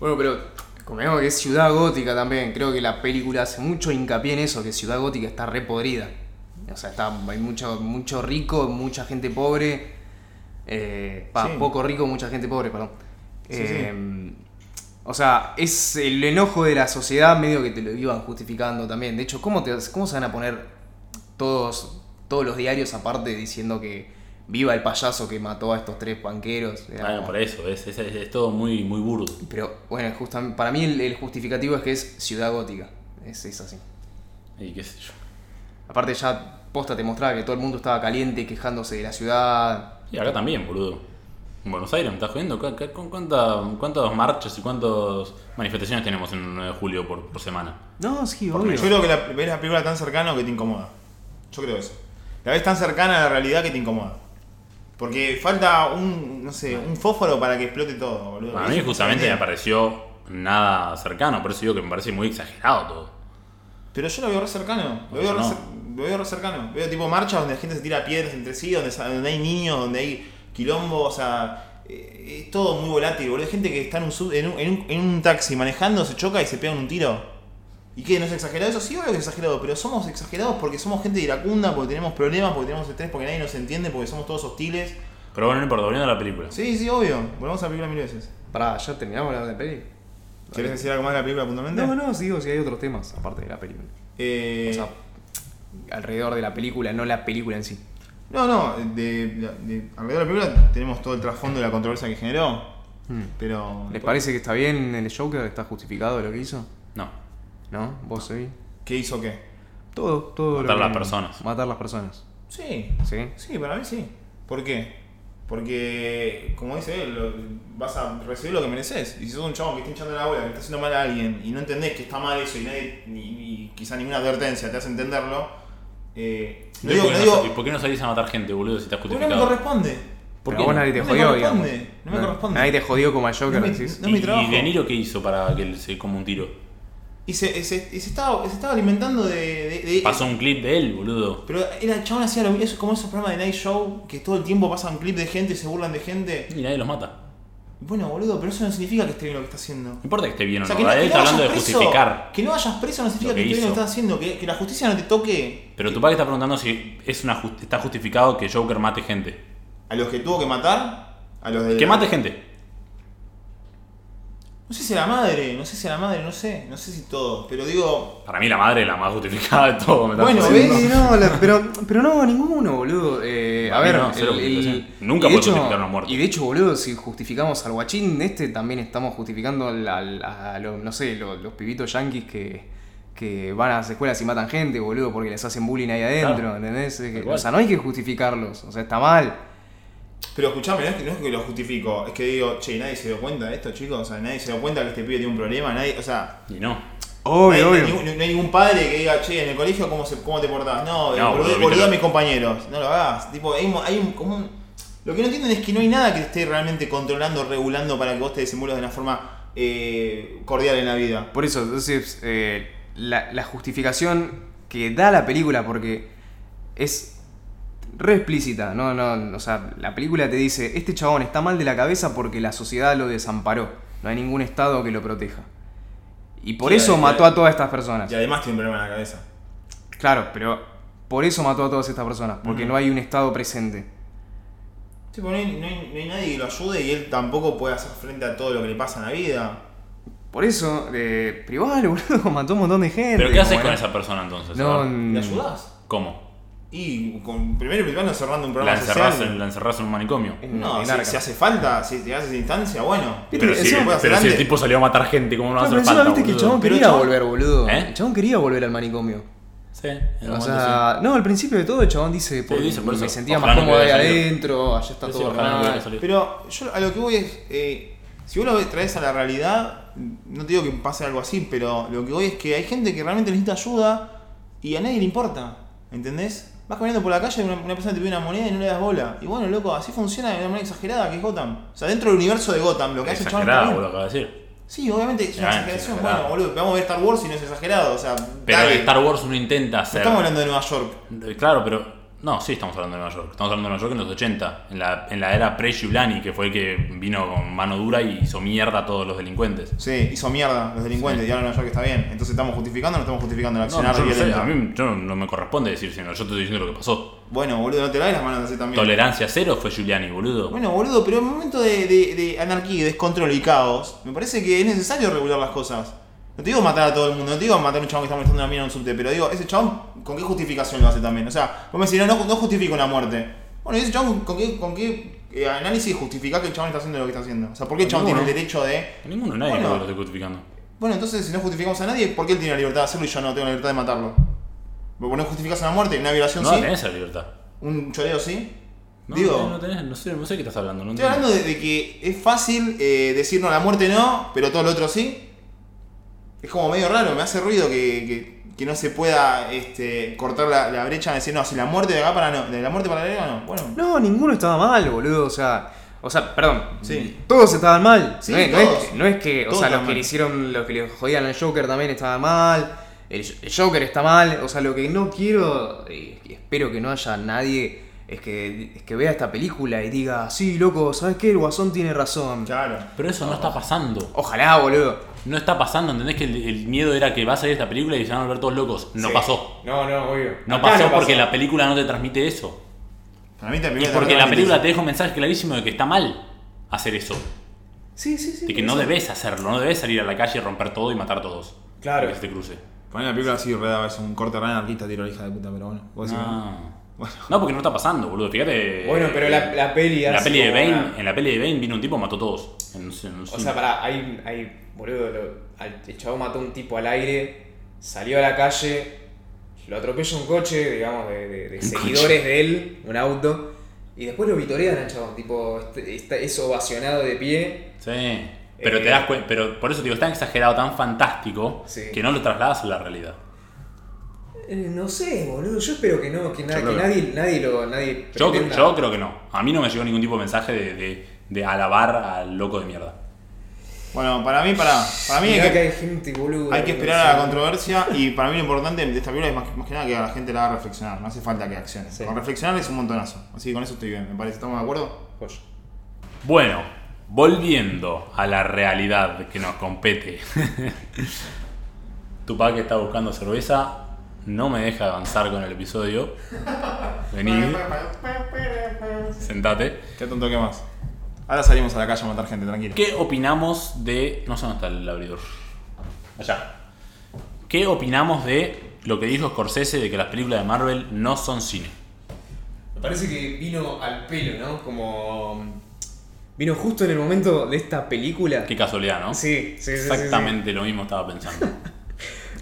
S2: Bueno, pero convengamos que es ciudad gótica también. Creo que la película hace mucho hincapié en eso, que ciudad gótica está re podrida. O sea, está, hay mucho, mucho rico, mucha gente pobre. Eh, pa,
S3: Sí.
S2: Poco rico, mucha gente pobre, perdón.
S3: Sí,
S2: Eh, O sea, es el enojo de la sociedad medio que te lo iban justificando también. De hecho, ¿cómo, te, cómo se van a poner todos, todos los diarios aparte diciendo que viva el payaso que mató a estos tres banqueros? Era
S1: Bueno,
S2: como-
S1: por eso, es, es- es- es todo muy, muy burdo.
S2: pero bueno, justam- para mí el, el justificativo es que es ciudad gótica. Es, es así.
S1: Y qué sé yo.
S2: Aparte ya posta te mostraba que todo el mundo estaba caliente, quejándose de la ciudad.
S1: Y acá también, boludo. En Buenos Aires, ¿me estás jodiendo? ¿Cu- cu- ¿Con cuánta- cuántas marchas y cuántas manifestaciones tenemos en el 9 de julio por, por semana?
S2: No, sí,
S1: Por obvio.
S3: Yo creo que la, ves la película tan cercana que te incomoda. Yo creo eso. La ves tan cercana a la realidad que te incomoda. Porque falta un, no sé, un fósforo para que explote todo, boludo.
S1: A mí justamente me pareció nada cercano, por eso digo que me parece muy exagerado todo.
S3: Pero yo lo veo re cercano. Lo
S1: No,
S3: veo,
S1: yo
S3: re,
S1: no.
S3: cer- lo veo re cercano. Veo tipo marchas donde la gente se tira piedras entre sí, donde, sa- donde hay niños, donde hay quilombo, o sea. eh, Es todo muy volátil, boludo. Hay gente que está en un, sub- en un, en un- en un taxi manejando, se choca y se pegan un tiro. ¿Y qué? ¿No es exagerado? Eso sí, obvio que es exagerado, pero somos exagerados porque somos gente iracunda, porque tenemos problemas, porque tenemos estrés, porque nadie nos entiende, porque somos todos hostiles.
S1: Pero bueno, no importa, volviendo a la película.
S3: Sí, sí, obvio. Volvamos a la película mil veces.
S2: Pará, ¿ya terminamos la de la peli?
S3: ¿Querés decir algo más de la película puntualmente?
S2: No, no, sigo si hay otros temas aparte de la película.
S3: Eh,
S2: O sea, alrededor de la película, no la película en sí.
S3: No, no, de, de- alrededor de la película tenemos todo el trasfondo de la controversia que generó,
S1: Hmm.
S3: pero...
S2: ¿Les parece que está bien el Joker? ¿Está justificado lo que hizo?
S1: No.
S2: ¿No? ¿Vos sí?
S3: ¿Qué hizo qué?
S2: Todo, todo.
S1: Matar
S2: que-
S1: las personas.
S2: Matar las personas.
S3: Sí,
S2: ¿Sí?
S3: sí, para mí sí. ¿Por qué? Porque, como dice él, lo- vas a recibir lo que mereces. Y si sos un chabón que está hinchando la bola, que está haciendo mal a alguien, y no entendés que está mal eso, y nadie, ni, ni- quizá ninguna advertencia te hace entenderlo, eh, no
S1: ¿Y
S3: digo,
S1: por,
S3: no
S1: qué no,
S3: digo,
S1: sa- y por qué no salís a matar gente, boludo, si estás
S3: porque no me
S1: justificado?
S3: corresponde.
S1: ¿Por
S2: Pero
S1: qué
S2: a vos
S1: no?
S2: nadie te
S3: No me
S2: jodió, digamos.
S3: corresponde, no me corresponde.
S2: Nadie te jodió como a Joker,
S3: No me-
S2: decís.
S3: no es mi
S1: ¿Y- ¿Y
S3: trabajo.
S1: De Niro qué hizo para que él se coma un tiro?
S3: Y se, se- y se estaba, se estaba alimentando de... de- de-
S1: Pasó un clip de él, boludo.
S3: Pero era el chabón hacía lo mismo, es como esos programas de Night Show que todo el tiempo pasan clip de gente y se burlan de gente.
S1: Y nadie los mata.
S3: Bueno, boludo, pero eso no significa que esté bien lo que está haciendo.
S1: No importa que esté bien o no,
S3: O sea, que no,
S1: ¿verdad?
S3: que
S1: él está
S3: no
S1: hablando de
S3: vayas preso,
S1: justificar.
S3: que no vayas preso no significa
S1: Lo que
S3: que, esté bien lo que
S1: hizo.
S3: estás haciendo, que, que la justicia no te toque
S1: Pero Tupac está preguntando si es una jus- está justificado que Joker mate gente.
S3: a los que tuvo que matar, a los de...
S1: Que mate gente.
S3: No sé si a la madre, no sé si a la madre, no sé, no sé si todo, pero digo...
S1: Para mí la madre es la más justificada de todo. me estás
S3: Bueno,
S1: jodiendo.
S3: ¿ves?
S2: Sí, no, la- pero, pero no, ninguno, boludo. Eh, a
S1: Para mí
S2: ver,
S1: no, cero
S2: el- el-
S1: justificación.
S2: y
S1: Nunca
S2: de
S1: puedes
S2: hecho-
S1: justificar una muerte.
S2: Y de hecho, boludo, si justificamos al guachín este, también estamos justificando al- al- a los, no sé, los, los pibitos yanquis que, que van a las escuelas y matan gente, boludo, porque les hacen bullying ahí adentro,
S1: Claro.
S2: ¿entendés? Es que-
S1: Tal cual.
S2: o sea, no hay que justificarlos, o sea, está mal.
S3: Pero escuchame, no es, que, no es que lo justifico, es que digo, che, nadie se dio cuenta de esto, chicos, o sea, nadie se dio cuenta que este pibe tiene un problema, nadie, o sea...
S1: Y no.
S3: No hay,
S2: Obvio,
S3: no hay
S2: obvio.
S3: ningún- no hay ningún padre que diga, che, en el colegio, ¿cómo, se- cómo te portás? No,
S1: No,
S3: boludo,
S1: boludo, viste
S3: a
S1: lo-
S3: mis compañeros. No lo hagas. Tipo, hay, un- hay un, como un- Lo que no entienden es que no hay nada que te esté realmente controlando, regulando para que vos te desenvuelvas de una forma eh, cordial en la vida.
S2: Por eso, entonces, eh, la, la justificación que da la película, porque es re explícita, ¿no? no O sea, la película te dice, este chabón está mal de la cabeza porque la sociedad lo desamparó, no hay ningún Estado que lo proteja. Y por
S3: Sí,
S2: eso
S3: la-
S2: mató a todas estas personas.
S3: Y además tiene un problema en la cabeza.
S2: Claro, pero por eso mató a todas estas personas, porque
S3: Ujú.
S2: no hay un Estado presente.
S3: Sí, pero no hay, no hay- no hay nadie que lo ayude y él tampoco puede hacer frente a todo lo que le pasa en la vida.
S2: Por eso, eh, pero igual, <laughs> boludo, mató un montón de gente.
S1: ¿Pero qué haces
S2: como
S1: con
S2: era-
S1: esa persona entonces?
S2: No,
S1: A ver,
S2: mm,
S3: ¿Le ayudás?
S1: ¿Cómo?
S3: Y con, primero y principal no cerrando un
S1: ¿La
S3: programa
S1: encerrás,
S3: social.
S1: en, ¿La encerrás en un manicomio?
S2: en-
S3: No,
S2: en
S3: si,
S2: Arkham.
S3: si hace falta, si te haces instancia, bueno.
S2: Viste,
S1: Pero,
S2: Pero
S1: si,
S2: encima-
S3: puede hacer
S1: pero si el
S3: antes.
S1: tipo salió a matar gente, ¿cómo no va a
S2: Claro,
S1: hacer
S2: pero encima
S1: falta,
S2: viste que el
S1: boludo?
S2: chabón
S3: Pero
S2: quería
S3: chabón-
S2: volver, boludo.
S1: ¿Eh?
S2: El chabón quería volver al manicomio.
S1: Sí, en
S2: O
S1: algún
S2: sea, no, al principio de todo el chabón dice, "Por-
S1: dice, por
S2: me
S1: eso.
S2: sentía
S1: Ojalá
S2: más
S1: no
S2: cómodo ahí
S1: hubiera salido".
S2: adentro, allá está
S1: momento sí. Sí,
S2: todo
S1: ojalá no
S2: mal.
S1: hubiera salido.
S3: Pero yo a lo que voy es. eh, si vos lo traes a la realidad, no te digo que pase algo así, pero lo que voy es que hay gente que realmente necesita ayuda y a nadie le importa. ¿Entendés? Vas caminando por la calle y una, una persona te pide una moneda y no le das bola. Y bueno, loco, así funciona de una manera exagerada que es Gotham. O sea, dentro del universo de Gotham, lo que hace el chabón está
S1: Exagerado,
S3: bien.
S1: boludo, acabas de decir.
S3: Sí, obviamente es una
S1: Ah,
S3: exageración.
S1: exagerado.
S3: Bueno, boludo, vamos a ver Star Wars y no es exagerado. O sea,
S1: Pero
S3: dale.
S1: Star Wars no intenta
S3: No
S1: hacer...
S3: estamos hablando de Nueva York.
S1: Eh, Claro, pero. No, sí estamos hablando de Nueva York. Estamos hablando de Nueva York en los 80, en la, en la era pre-Giuliani, que fue el que vino con mano dura y hizo mierda a todos los delincuentes.
S3: Sí, hizo mierda los delincuentes y ahora Nueva York está bien. Entonces estamos justificando o no estamos justificando el
S1: No,
S3: accionar
S1: yo no sé,
S3: violento.
S1: a mí yo no, no me corresponde decir, sino yo te estoy diciendo lo que pasó.
S3: Bueno, boludo, no te laves las manos así también.
S1: Tolerancia cero fue Giuliani, boludo.
S3: Bueno, boludo, pero en un momento de, de, de anarquía, y descontrol y caos, me parece que es necesario regular las cosas. No te digo matar a todo el mundo, no te digo matar a un chabón que está molestando una mina en un subte, pero digo, ese chabón, ¿con qué justificación lo hace también? O sea, vos me decís, no, no, no justifico una muerte. Bueno, ¿y ese chabón con qué, con qué eh, análisis justifica que el chabón está haciendo lo que está haciendo? O sea, ¿por qué el
S1: Con
S3: chabón tiene el
S1: ninguno.
S3: derecho de
S1: Ninguno, nadie
S3: Bueno.
S1: creo que lo estoy justificando.
S3: Bueno, entonces si no justificamos a nadie, ¿por qué él tiene la libertad de hacerlo y yo no tengo la libertad de matarlo? Porque no justificas una muerte, una violación
S1: No
S3: sí,
S1: tenés esa libertad.
S3: un choreo sí.
S1: No,
S3: Digo,
S1: no, no tenés, no sé, no sé qué estás hablando. No
S3: estoy
S1: entiendo.
S3: hablando de, de que es fácil eh, decir no, la muerte no, pero todo lo otro sí. Es como medio raro, me hace ruido que, que- que no se pueda este, cortar la, la brecha de decir no, si la muerte de acá para no, de la muerte para allá no. Bueno,
S2: No, ninguno estaba mal, boludo. O sea, o sea, perdón.
S3: Sí.
S2: Todos estaban mal.
S3: Sí,
S2: no, es, no es
S3: todos.
S2: que, no es que- o
S3: Todos
S2: sea, los
S3: estaban
S2: que le
S3: mal.
S2: hicieron, los que le jodían al Joker también estaban mal. El, el Joker está mal. O sea, lo que no quiero, y espero que no haya nadie, es que, es que vea esta película y diga, sí, loco, ¿sabes qué? El Guasón tiene razón.
S3: claro.
S1: Pero eso no está pasando.
S2: Ojalá, boludo.
S1: No está pasando, ¿entendés? Que el, el miedo era que va a salir esta película y se van a volver todos locos. No
S2: Sí.
S1: pasó.
S2: No, no, obvio.
S1: No
S2: Acá
S1: pasó porque la película no te transmite eso.
S3: Para mí
S1: Y
S3: también
S1: porque la película te deja un mensaje clarísimo de que está mal hacer eso.
S2: Sí, sí, sí.
S1: De que no debes hacerlo, no debes salir a la calle, romper todo y matar a todos.
S2: Claro.
S1: Que se te cruce.
S3: Poner la película así, Reda, es un corte re anarquista, tiro la hija de puta, pero bueno. vos
S1: Ah.
S3: decís,
S1: No.
S3: Bueno.
S1: No, porque no está pasando, boludo. Fíjate.
S4: Bueno, pero la, la peli
S1: en la
S4: hace
S1: peli de
S4: como
S1: Bane,
S4: una-
S1: en la peli de Bane vino un tipo y mató a todos. En, un- en un
S4: O
S1: cine.
S4: sea, pará, hay, hay boludo, lo- al- el chavo mató a un tipo al aire, salió a la calle, lo atropella un coche, digamos, de, de- de seguidores de él, un auto, y después lo vitorean al chavo, tipo, este- está, es ovacionado de pie.
S1: Sí. Pero
S4: Eh,
S1: te das cuenta, pero por eso te digo, es tan exagerado, tan fantástico,
S4: Sí.
S1: que no lo trasladas a la realidad.
S4: Eh, No sé, boludo, yo espero que no, que, na-
S3: Yo creo
S4: que
S3: que-
S4: nadie, nadie lo. Nadie
S1: Yo,
S4: pretenda-
S1: yo creo que no. A mí no me llegó ningún tipo de mensaje de, de- de alabar al loco de mierda.
S3: Bueno, para mí, para, para mí hay
S4: Mirá
S3: que,
S4: que hay gente, boludo.
S3: Hay que
S4: no
S3: esperar a la
S4: sé.
S3: controversia y para mí lo importante de esta película es más, más que nada que a la gente la haga reflexionar, no hace falta que accione.
S4: Sí.
S3: Con reflexionar es un montonazo, así que con eso estoy bien, me parece, ¿estamos de acuerdo?
S4: Joya.
S1: Bueno, volviendo a la realidad que nos compete. Tupac está buscando cerveza, no me deja avanzar con el episodio. Vení, sentate.
S3: Quédate un toque más. Ahora salimos a la calle a matar gente, tranquilo.
S1: ¿Qué opinamos de... No sé dónde está el abridor. Allá. ¿Qué opinamos de lo que dijo Scorsese de que las películas de Marvel no son cine?
S4: Me parece que vino al pelo, ¿no? Como.
S2: Vino justo en el momento de esta película.
S1: Qué casualidad, ¿no?
S4: Sí, sí, sí, sí. sí.
S1: Exactamente lo mismo estaba pensando.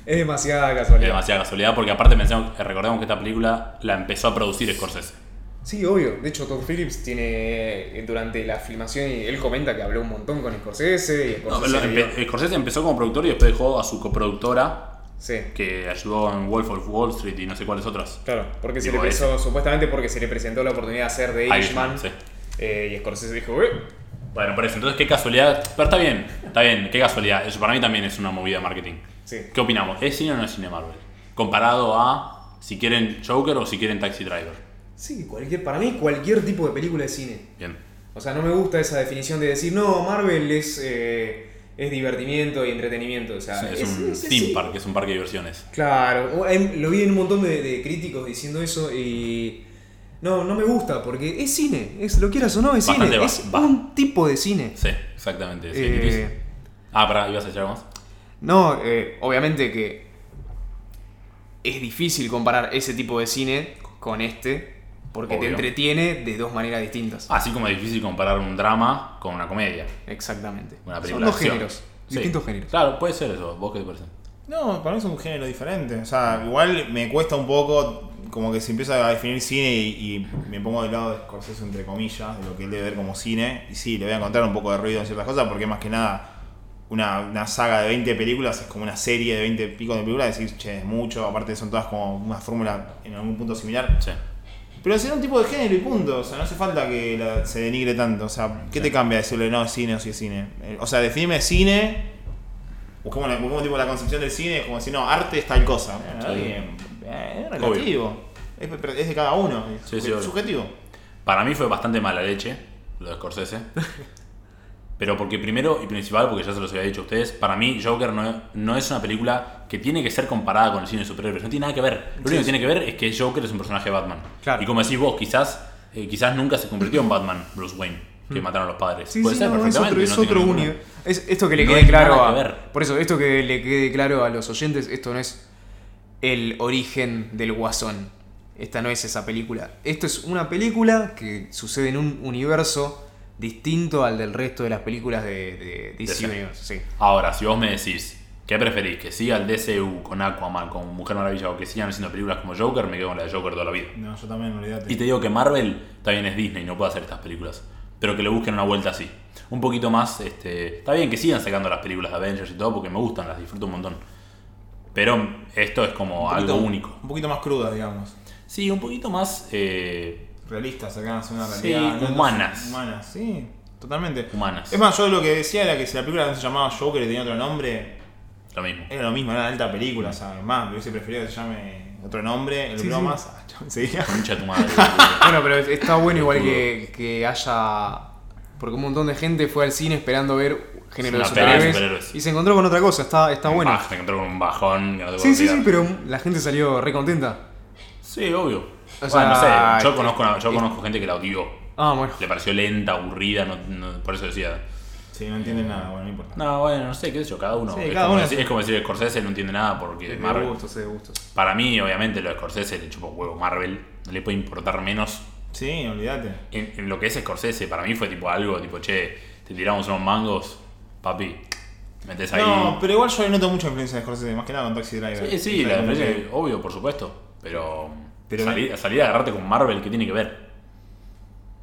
S4: Es demasiada
S1: Es
S4: casualidad.
S1: demasiada casualidad porque aparte pensamos, recordemos que esta película la empezó a producir Scorsese.
S4: Sí, obvio. De hecho, Todd Phillips tiene. eh, Durante la filmación, y él comenta que habló un montón con Scorsese. Y
S1: No,
S4: Scorsese
S1: pero lo-
S4: le dio-
S1: empe- eh, Scorsese empezó como productor y después dejó a su coproductora
S4: Sí,
S1: que ayudó en Wolf of Wall Street y no sé cuáles otras.
S4: claro. Porque se le
S1: Digo,
S4: presentó, supuestamente porque se le presentó la oportunidad de hacer de
S1: Irishman,
S4: Irishman.
S1: sí.
S4: eh, y Scorsese dijo, "Eh,
S1: Bueno, por eso, entonces qué casualidad. Pero está bien, está bien, qué casualidad. Eso para mí también es una movida de marketing.
S4: Sí.
S1: ¿Qué opinamos? ¿Es cine o no es cine Marvel? Comparado a si quieren Joker o si quieren Taxi Driver.
S4: Sí, cualquier, para mí cualquier tipo de película de cine.
S1: Bien.
S4: O sea, no me gusta esa definición de decir, no, Marvel es, eh, es divertimiento y entretenimiento. O sea,
S1: Es, un
S4: Ah, es- es-
S1: theme
S4: sí.
S1: park, es un parque de diversiones.
S4: Claro, o- em, lo vi en un montón de, de críticos diciendo eso y... No, no me gusta porque es cine, es lo quieras o no, es
S1: Bastante
S4: cine,
S1: va-
S4: es
S1: va.
S4: un tipo de cine.
S1: Sí, exactamente. sí.
S4: Eh,
S1: ¿Qué te dice? Ah, pará, ibas a echar más.
S2: No, eh, obviamente que es difícil comparar ese tipo de cine con este, porque te
S1: Obvio. Ah.
S2: entretiene de dos maneras distintas.
S1: Así como es difícil comparar un drama con una comedia.
S2: Exactamente.
S1: Una
S2: Son
S1: película
S2: dos
S1: de acción.
S2: géneros,
S1: Sí.
S2: distintos géneros.
S1: Claro, puede ser eso. ¿Vos qué te parece?
S3: No, para mí es un género diferente. O sea, igual me cuesta un poco, como que se empieza a definir cine y, y me pongo del lado de Scorsese, entre comillas, de lo que él debe ver como cine. Y sí, le voy a encontrar un poco de ruido en ciertas cosas, porque más que nada, una, una saga de 20 películas es como una serie de 20 pico de películas. Decir, che, es mucho, aparte son todas como una fórmula en algún punto similar.
S1: Sí.
S3: Pero será un tipo de género y punto. O sea, no hace falta que la- se denigre tanto. O sea, ¿qué te cambia decirle no es cine o si es cine? Eh, O sea, definime cine. Busquemos, la, busquemos tipo la concepción del cine, como decir, no, arte es tal cosa.
S1: Sí.
S3: Eh, eh, es relativo. Es, es de cada uno. Es
S1: Sí, sí,
S3: subje-
S1: obvio.
S3: subjetivo.
S1: Para mí fue bastante mala leche lo de
S2: <laughs>
S1: Scorsese. Pero porque primero y principal, porque ya se los había dicho a ustedes, para mí Joker no, no es una película que tiene que ser comparada con el cine de superhéroes. No tiene nada que ver. Lo único que tiene que ver es que Joker es un personaje de Batman.
S2: Claro.
S1: Y como decís vos, quizás, eh, quizás nunca se convirtió en Batman Bruce Wayne, que mataron a los padres.
S2: Mm. Sí,
S1: Puede
S2: sí,
S1: ser
S2: no, es
S1: perfectamente.
S2: otro, es
S1: no tengo
S2: otro
S1: ninguna-
S2: uni- es- esto que le
S1: No
S2: quede
S1: hay
S2: claro
S1: nada
S2: a,
S1: que ver.
S2: Por eso, esto que le quede claro a los oyentes, esto no es el origen del Guasón. Esta no es esa película. Esto es una película que sucede en un universo distinto al del resto de las películas de, de DC
S1: DC.
S2: Universe. sí.
S1: Ahora, si vos me decís, ¿qué preferís? ¿Que siga el DCU con Aquaman, con Mujer Maravilla o que sigan haciendo películas como Joker? Me quedo con la de Joker toda la vida.
S3: No, yo también, olvidate.
S1: Y te digo que Marvel también es Disney, no puede hacer estas películas. Pero que le busquen una vuelta así. Un poquito más, este. Está bien que sigan sacando las películas de Avengers y todo, porque me gustan, las disfruto un montón. Pero esto es como
S3: Un
S1: algo
S3: poquito-
S1: único.
S3: Un poquito más cruda, digamos.
S1: Sí, un poquito más. eh,
S3: realistas, cercanas a una
S1: Sí,
S3: realidad. ¿no? Entonces,
S1: humanas.
S3: Humanas, sí, totalmente.
S1: Humanas.
S3: Es más, yo lo que decía era que si la película no se llamaba Joker y tenía otro nombre,
S1: lo mismo.
S2: Eh.
S3: era lo mismo, era una alta película, ¿sabes? Más, me hubiese preferido que se llame otro nombre, el bromas. <laughs> Ah, yo- seguía.
S1: Concha de tu
S2: <laughs>
S1: madre.
S2: Bueno, pero está bueno igual que, que haya. Porque un montón de gente fue al cine esperando ver género de
S1: Una pelea de
S2: superhéroes,
S1: superhéroes.
S2: y se encontró con otra cosa. Está, está bueno.
S1: Ah, me encontró con un bajón. que no te
S2: Sí,
S1: puedo
S2: sí, sí,
S1: olvidar.
S2: pero la gente salió re contenta.
S1: Sí, obvio.
S2: O
S1: Bueno,
S2: sea,
S1: no sé, yo
S2: que-
S1: conozco, a- yo conozco gente que la odió.
S2: Ah, bueno.
S1: Le pareció lenta, aburrida, no- no- por eso decía.
S3: Sí, no entienden nada, bueno, no importa.
S1: No, bueno, no sé, qué sé yo, cada uno.
S3: Sí,
S1: es,
S3: cada
S1: como
S3: uno
S1: decir,
S3: es-
S1: es como decir Scorsese no entiende nada porque Marvel.
S2: de gustos.
S1: Para mí, obviamente, lo de Scorsese le chupa huevo Marvel. No le puede importar menos.
S3: Sí, olvídate.
S1: En, en lo que es Scorsese, para mí fue tipo algo, tipo, che, te tiramos unos mangos, papi, metes ahí.
S3: No, pero igual yo ahí noto mucha influencia de Scorsese, más que nada con Taxi Driver.
S1: sí, sí, la
S3: O sea, como
S1: diferencia,
S3: que-
S1: obvio, por supuesto. Pero,
S3: Pero-
S1: salir, salir a agarrarte con Marvel, ¿qué tiene que ver?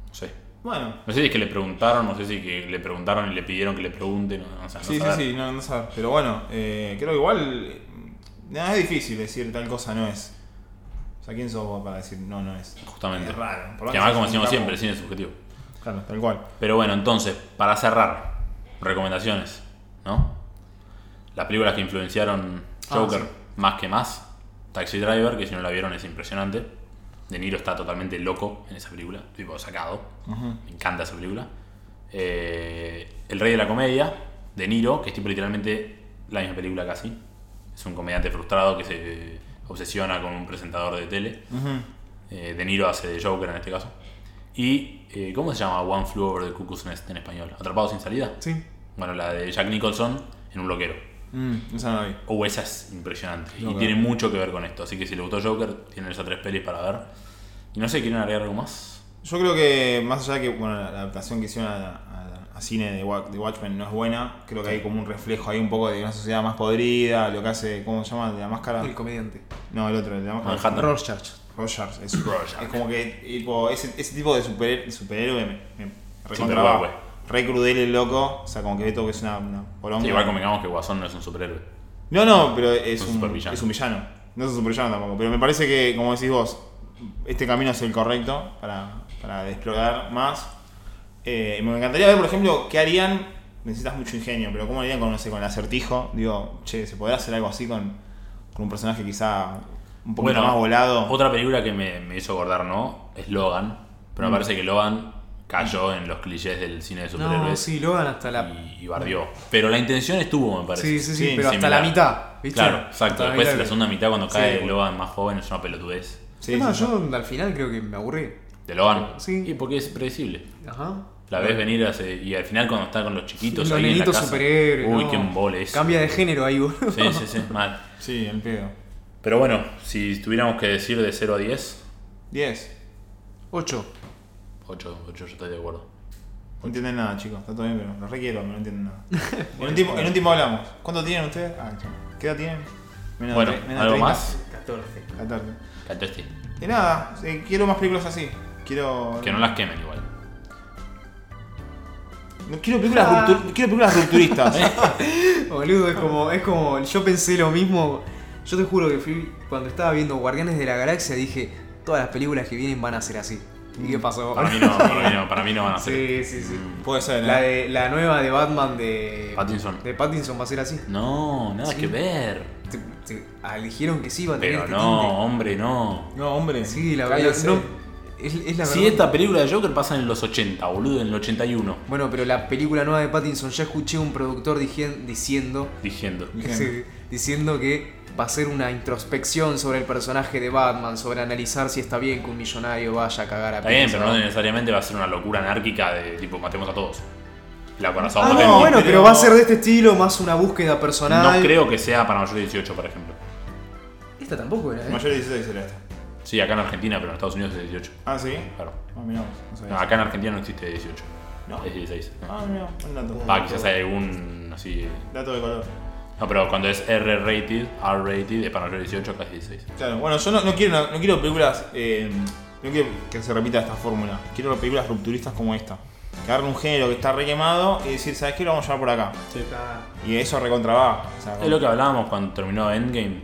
S1: No sé.
S3: Bueno,
S1: No sé si es que le preguntaron, no sé si que le preguntaron y le pidieron que le pregunten. o sea, no
S3: sí, sí,
S1: saber.
S3: sí, no, no sabes. Pero bueno, eh, creo que igual. eh, Nada, es difícil decir tal cosa no es. O sea, ¿quién sos vos para decir no, no es?
S1: Justamente.
S3: Es raro. Por lo
S1: que
S3: menos
S1: además, como
S3: es un
S1: decimos
S3: campo.
S1: siempre, el cine es subjetivo.
S3: Claro, tal cual.
S1: Pero bueno, entonces, para cerrar, recomendaciones, ¿no? Las películas que influenciaron Joker más que más. Taxi Driver, que si no la vieron es impresionante. De Niro está totalmente loco en esa película, tipo sacado. Me encanta esa película. Eh, El Rey de la Comedia, De Niro, que es tipo literalmente la misma película casi. Es un comediante frustrado que se obsesiona con un presentador de tele. Eh, de Niro hace de Joker en este caso. Y, eh, ¿cómo se llama One Flew Over the Cuckoo's Nest en español? ¿Atrapado sin salida?
S2: Sí.
S1: Bueno, la de Jack Nicholson en un loquero.
S3: Mm, esa no la vi.
S1: Oh, esa es impresionante. y
S3: Joker.
S1: tiene mucho que ver con esto. Así que si le gustó Joker, tienen esas tres pelis para ver. Y no sé, ¿quieren agregar algo más?
S3: Yo creo que más allá de que bueno, la la adaptación que hicieron a, a- a cine de, Wa- de Watchmen no es buena, creo que hay como un reflejo ahí un poco de una sociedad más podrida, lo que hace, ¿cómo se llama? De la máscara.
S2: El comediante.
S3: No, el otro, el de la máscara.
S1: Manhattan.
S2: Ah. Rorschach.
S3: Rogers es, es como que tipo, ese, ese tipo de super- superhéroe me, me recontra
S1: pero
S3: va.
S1: bueno,
S3: Re crudel el loco, o sea, como que Beto que es una, una poronga.
S1: Sí, igual convengamos que Guasón no es un superhéroe.
S3: No, no, pero es
S1: Un
S3: un,
S1: supervillano.
S3: es un villano. No es un supervillano tampoco. Pero me parece que, como decís vos, este camino es el correcto para, para explorar más. Eh, me encantaría ver, por ejemplo, qué harían. Necesitas mucho ingenio, pero ¿cómo harían con, no sé, con el acertijo? Digo, che, ¿se podrá hacer algo así con, con un personaje quizá un poquito más volado?
S1: Otra película que me, me hizo acordar, ¿no? Es Logan. Pero me parece que Logan cayó en los clichés del cine de superhéroes.
S2: Mm. No, sí, Logan hasta la.
S1: y, y bardeó. Pero la intención estuvo, me parece.
S2: Sí, sí, sí,
S3: Sí,
S2: pero hasta la
S1: similar.
S2: mitad, ¿viste?
S1: Claro, exacto.
S2: Hasta
S1: Después
S2: mitad
S1: la
S2: que-
S1: segunda mitad cuando cae
S3: Sí.
S1: Logan más joven es una pelotudez.
S3: Sí,
S2: No,
S3: sí, sí.
S2: Ah, yo al final creo que me aburrí.
S1: De Logan.
S2: Sí.
S1: Y porque es predecible.
S2: Ajá.
S1: La ves venir hace- y al final cuando está con los chiquitos.
S2: Los
S1: ahí en la
S2: nenitos
S1: casa,
S2: superhéroes.
S1: Uy,
S2: ¿no?
S1: qué embole eso.
S2: Cambia de género ahí, boludo.
S1: Sí, sí,
S2: <laughs>
S1: sí, mal.
S3: Sí, el pedo.
S1: Pero bueno, si tuviéramos que decir de 0 a 10,
S3: 10.
S2: 8.
S1: 8, 8 yo estoy de acuerdo.
S3: No entienden nada, chicos. Está todo bien, pero los requiero, pero no
S1: <laughs>
S3: entienden nada. en, un tiempo, en un tiempo hablamos. ¿Cuánto tienen ustedes? Ah, chao. ¿Qué edad tienen? Menos de
S1: Bueno,
S3: tre- menos de
S1: ¿algo
S3: 30.
S1: más?
S4: 14.
S3: 14.
S1: Cantaste.
S3: Y nada, eh, quiero más películas así. Quiero.
S1: Que no las quemen igual.
S3: No, quiero, películas
S2: Ah.
S3: ruptu- quiero
S1: <laughs>
S3: películas rupturistas.
S1: Eh,
S2: Oh, Boludo, es como, es como. Yo pensé lo mismo. Yo te juro que fui. Cuando estaba viendo Guardianes de la Galaxia dije. Todas las películas que vienen van a ser así. ¿Y qué pasó?
S1: Para mí no, para mí no, para mí no
S2: <laughs>
S1: van a ser. Mm.
S2: sí, sí, sí.
S3: Puede ser, ¿eh?
S2: La, de, la nueva de Batman de.
S1: Pattinson.
S2: De Pattinson va a ser así.
S1: No, nada
S2: Sí.
S1: que ver.
S2: Te- te- ah, dijeron que sí iba a tener
S1: Pero
S2: este
S1: no, hombre, no.
S3: No, hombre.
S2: tinte. Sí, la verdad.
S3: Cállese.
S2: no, es, es la
S1: Si
S2: verdad.
S1: esta película de Joker pasa en los 80, boludo, en el 81.
S2: Bueno, pero la película nueva de Pattinson, ya escuché un productor dije- diciendo.
S1: Diciendo.
S3: Bien.
S2: Sí, diciendo que va a ser una introspección sobre el personaje de Batman, sobre analizar si está bien que un millonario vaya a cagar a
S1: Está bien,
S2: pizza.
S1: pero no necesariamente va a ser una locura anárquica de tipo matemos a todos. La corazón
S2: Ah, no,
S1: matemos.
S2: bueno,
S3: pero-
S2: pero va a ser de este estilo, más una búsqueda personal.
S1: No creo que sea para mayor de 18, por ejemplo.
S2: Esta tampoco era, ¿eh?
S3: Mayor de 16 será esta.
S1: Sí, acá en Argentina, pero en Estados Unidos es 18.
S3: Ah, sí.
S1: Claro.
S3: Ah, mirá vos, no sabía.
S1: No, acá en Argentina no existe 18.
S3: ¿No?
S1: Es 16.
S3: Ah, mirá, un dato.
S1: Ah, quizás hay algún así.
S3: Dato de color.
S1: No, pero cuando es R rated, R rated, es para mayor de 18, acá es 16.
S3: Claro, bueno, yo no, no quiero, no, quiero películas. eh, no quiero que se repita esta fórmula. Quiero películas rupturistas como esta. Que agarren un género que está re quemado y decir, ¿sabes qué? Lo vamos a llevar por acá. Y eso recontraba. O sea,
S1: Es lo que hablábamos cuando terminó Endgame.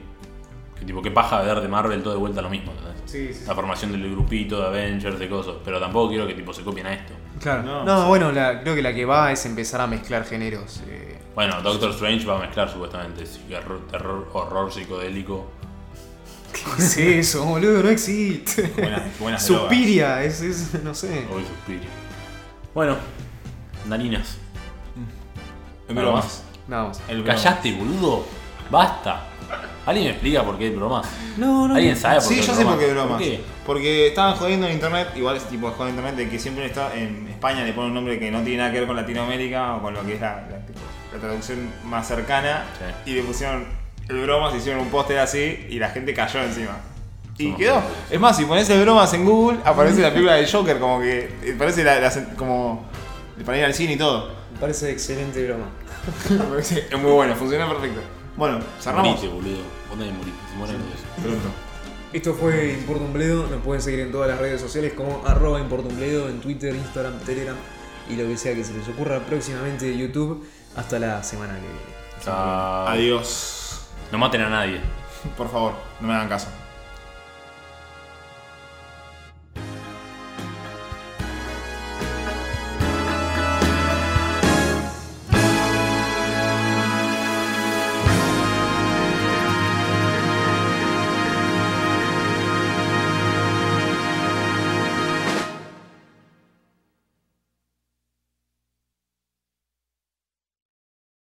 S1: Que tipo, qué paja ver de Marvel todo de vuelta lo mismo, ¿entendés?
S2: Sí, sí.
S1: La formación del grupito de Avengers, de cosas. Pero tampoco quiero que tipo se copien a esto.
S2: Claro. No,
S3: No.
S2: bueno, la- creo que la que va es empezar a mezclar géneros. eh.
S4: <laughs>
S1: Bueno, Doctor Strange va a mezclar supuestamente terror, terror, horror psicodélico.
S2: ¿Qué es eso, boludo? No existe.
S3: Buenas, <laughs> buenas drogas.
S2: Suspiria, es, es- no sé.
S1: Hoy suspiro. Bueno, narinas.
S3: El
S1: Nada
S3: bromas.
S1: más.
S2: Vamos.
S3: El bromas.
S1: Callaste, boludo. Basta. ¿Alguien me explica por qué hay bromas?
S2: No, no.
S1: ¿Alguien sabe por qué
S3: Sí,
S1: hay
S3: yo sé por
S1: bromas?
S3: qué bromas.
S1: ¿Por qué?
S3: Porque estaban jodiendo en internet, igual es tipo de joder en internet, de que siempre está en España le ponen un nombre que no tiene nada que ver con Latinoamérica o con lo que es la, la- la traducción más cercana.
S1: Sí.
S3: Y le pusieron el bromas, hicieron un póster así y la gente cayó encima. Y
S1: Somos
S3: quedó.
S1: grandes.
S3: Es más, si pones el bromas en Google, aparece la película del Joker, como que. eh, Parece la, la- como. para ir al cine y todo.
S1: <laughs>
S4: Me parece excelente broma.
S3: Me parece- es muy bueno, funciona perfecto. Bueno, cerramos.
S1: Morite, boludo. Vos también morite. Se mueren todos.
S3: Pronto.
S4: Esto fue Importumbledo, nos pueden seguir en todas las redes sociales como arroba Importumbledo, en Twitter, Instagram, Telegram y lo que sea que se les ocurra. Próximamente YouTube. Hasta la semana que viene.
S1: Chao.
S3: Adiós.
S1: No maten a nadie.
S3: Por favor, no me hagan caso.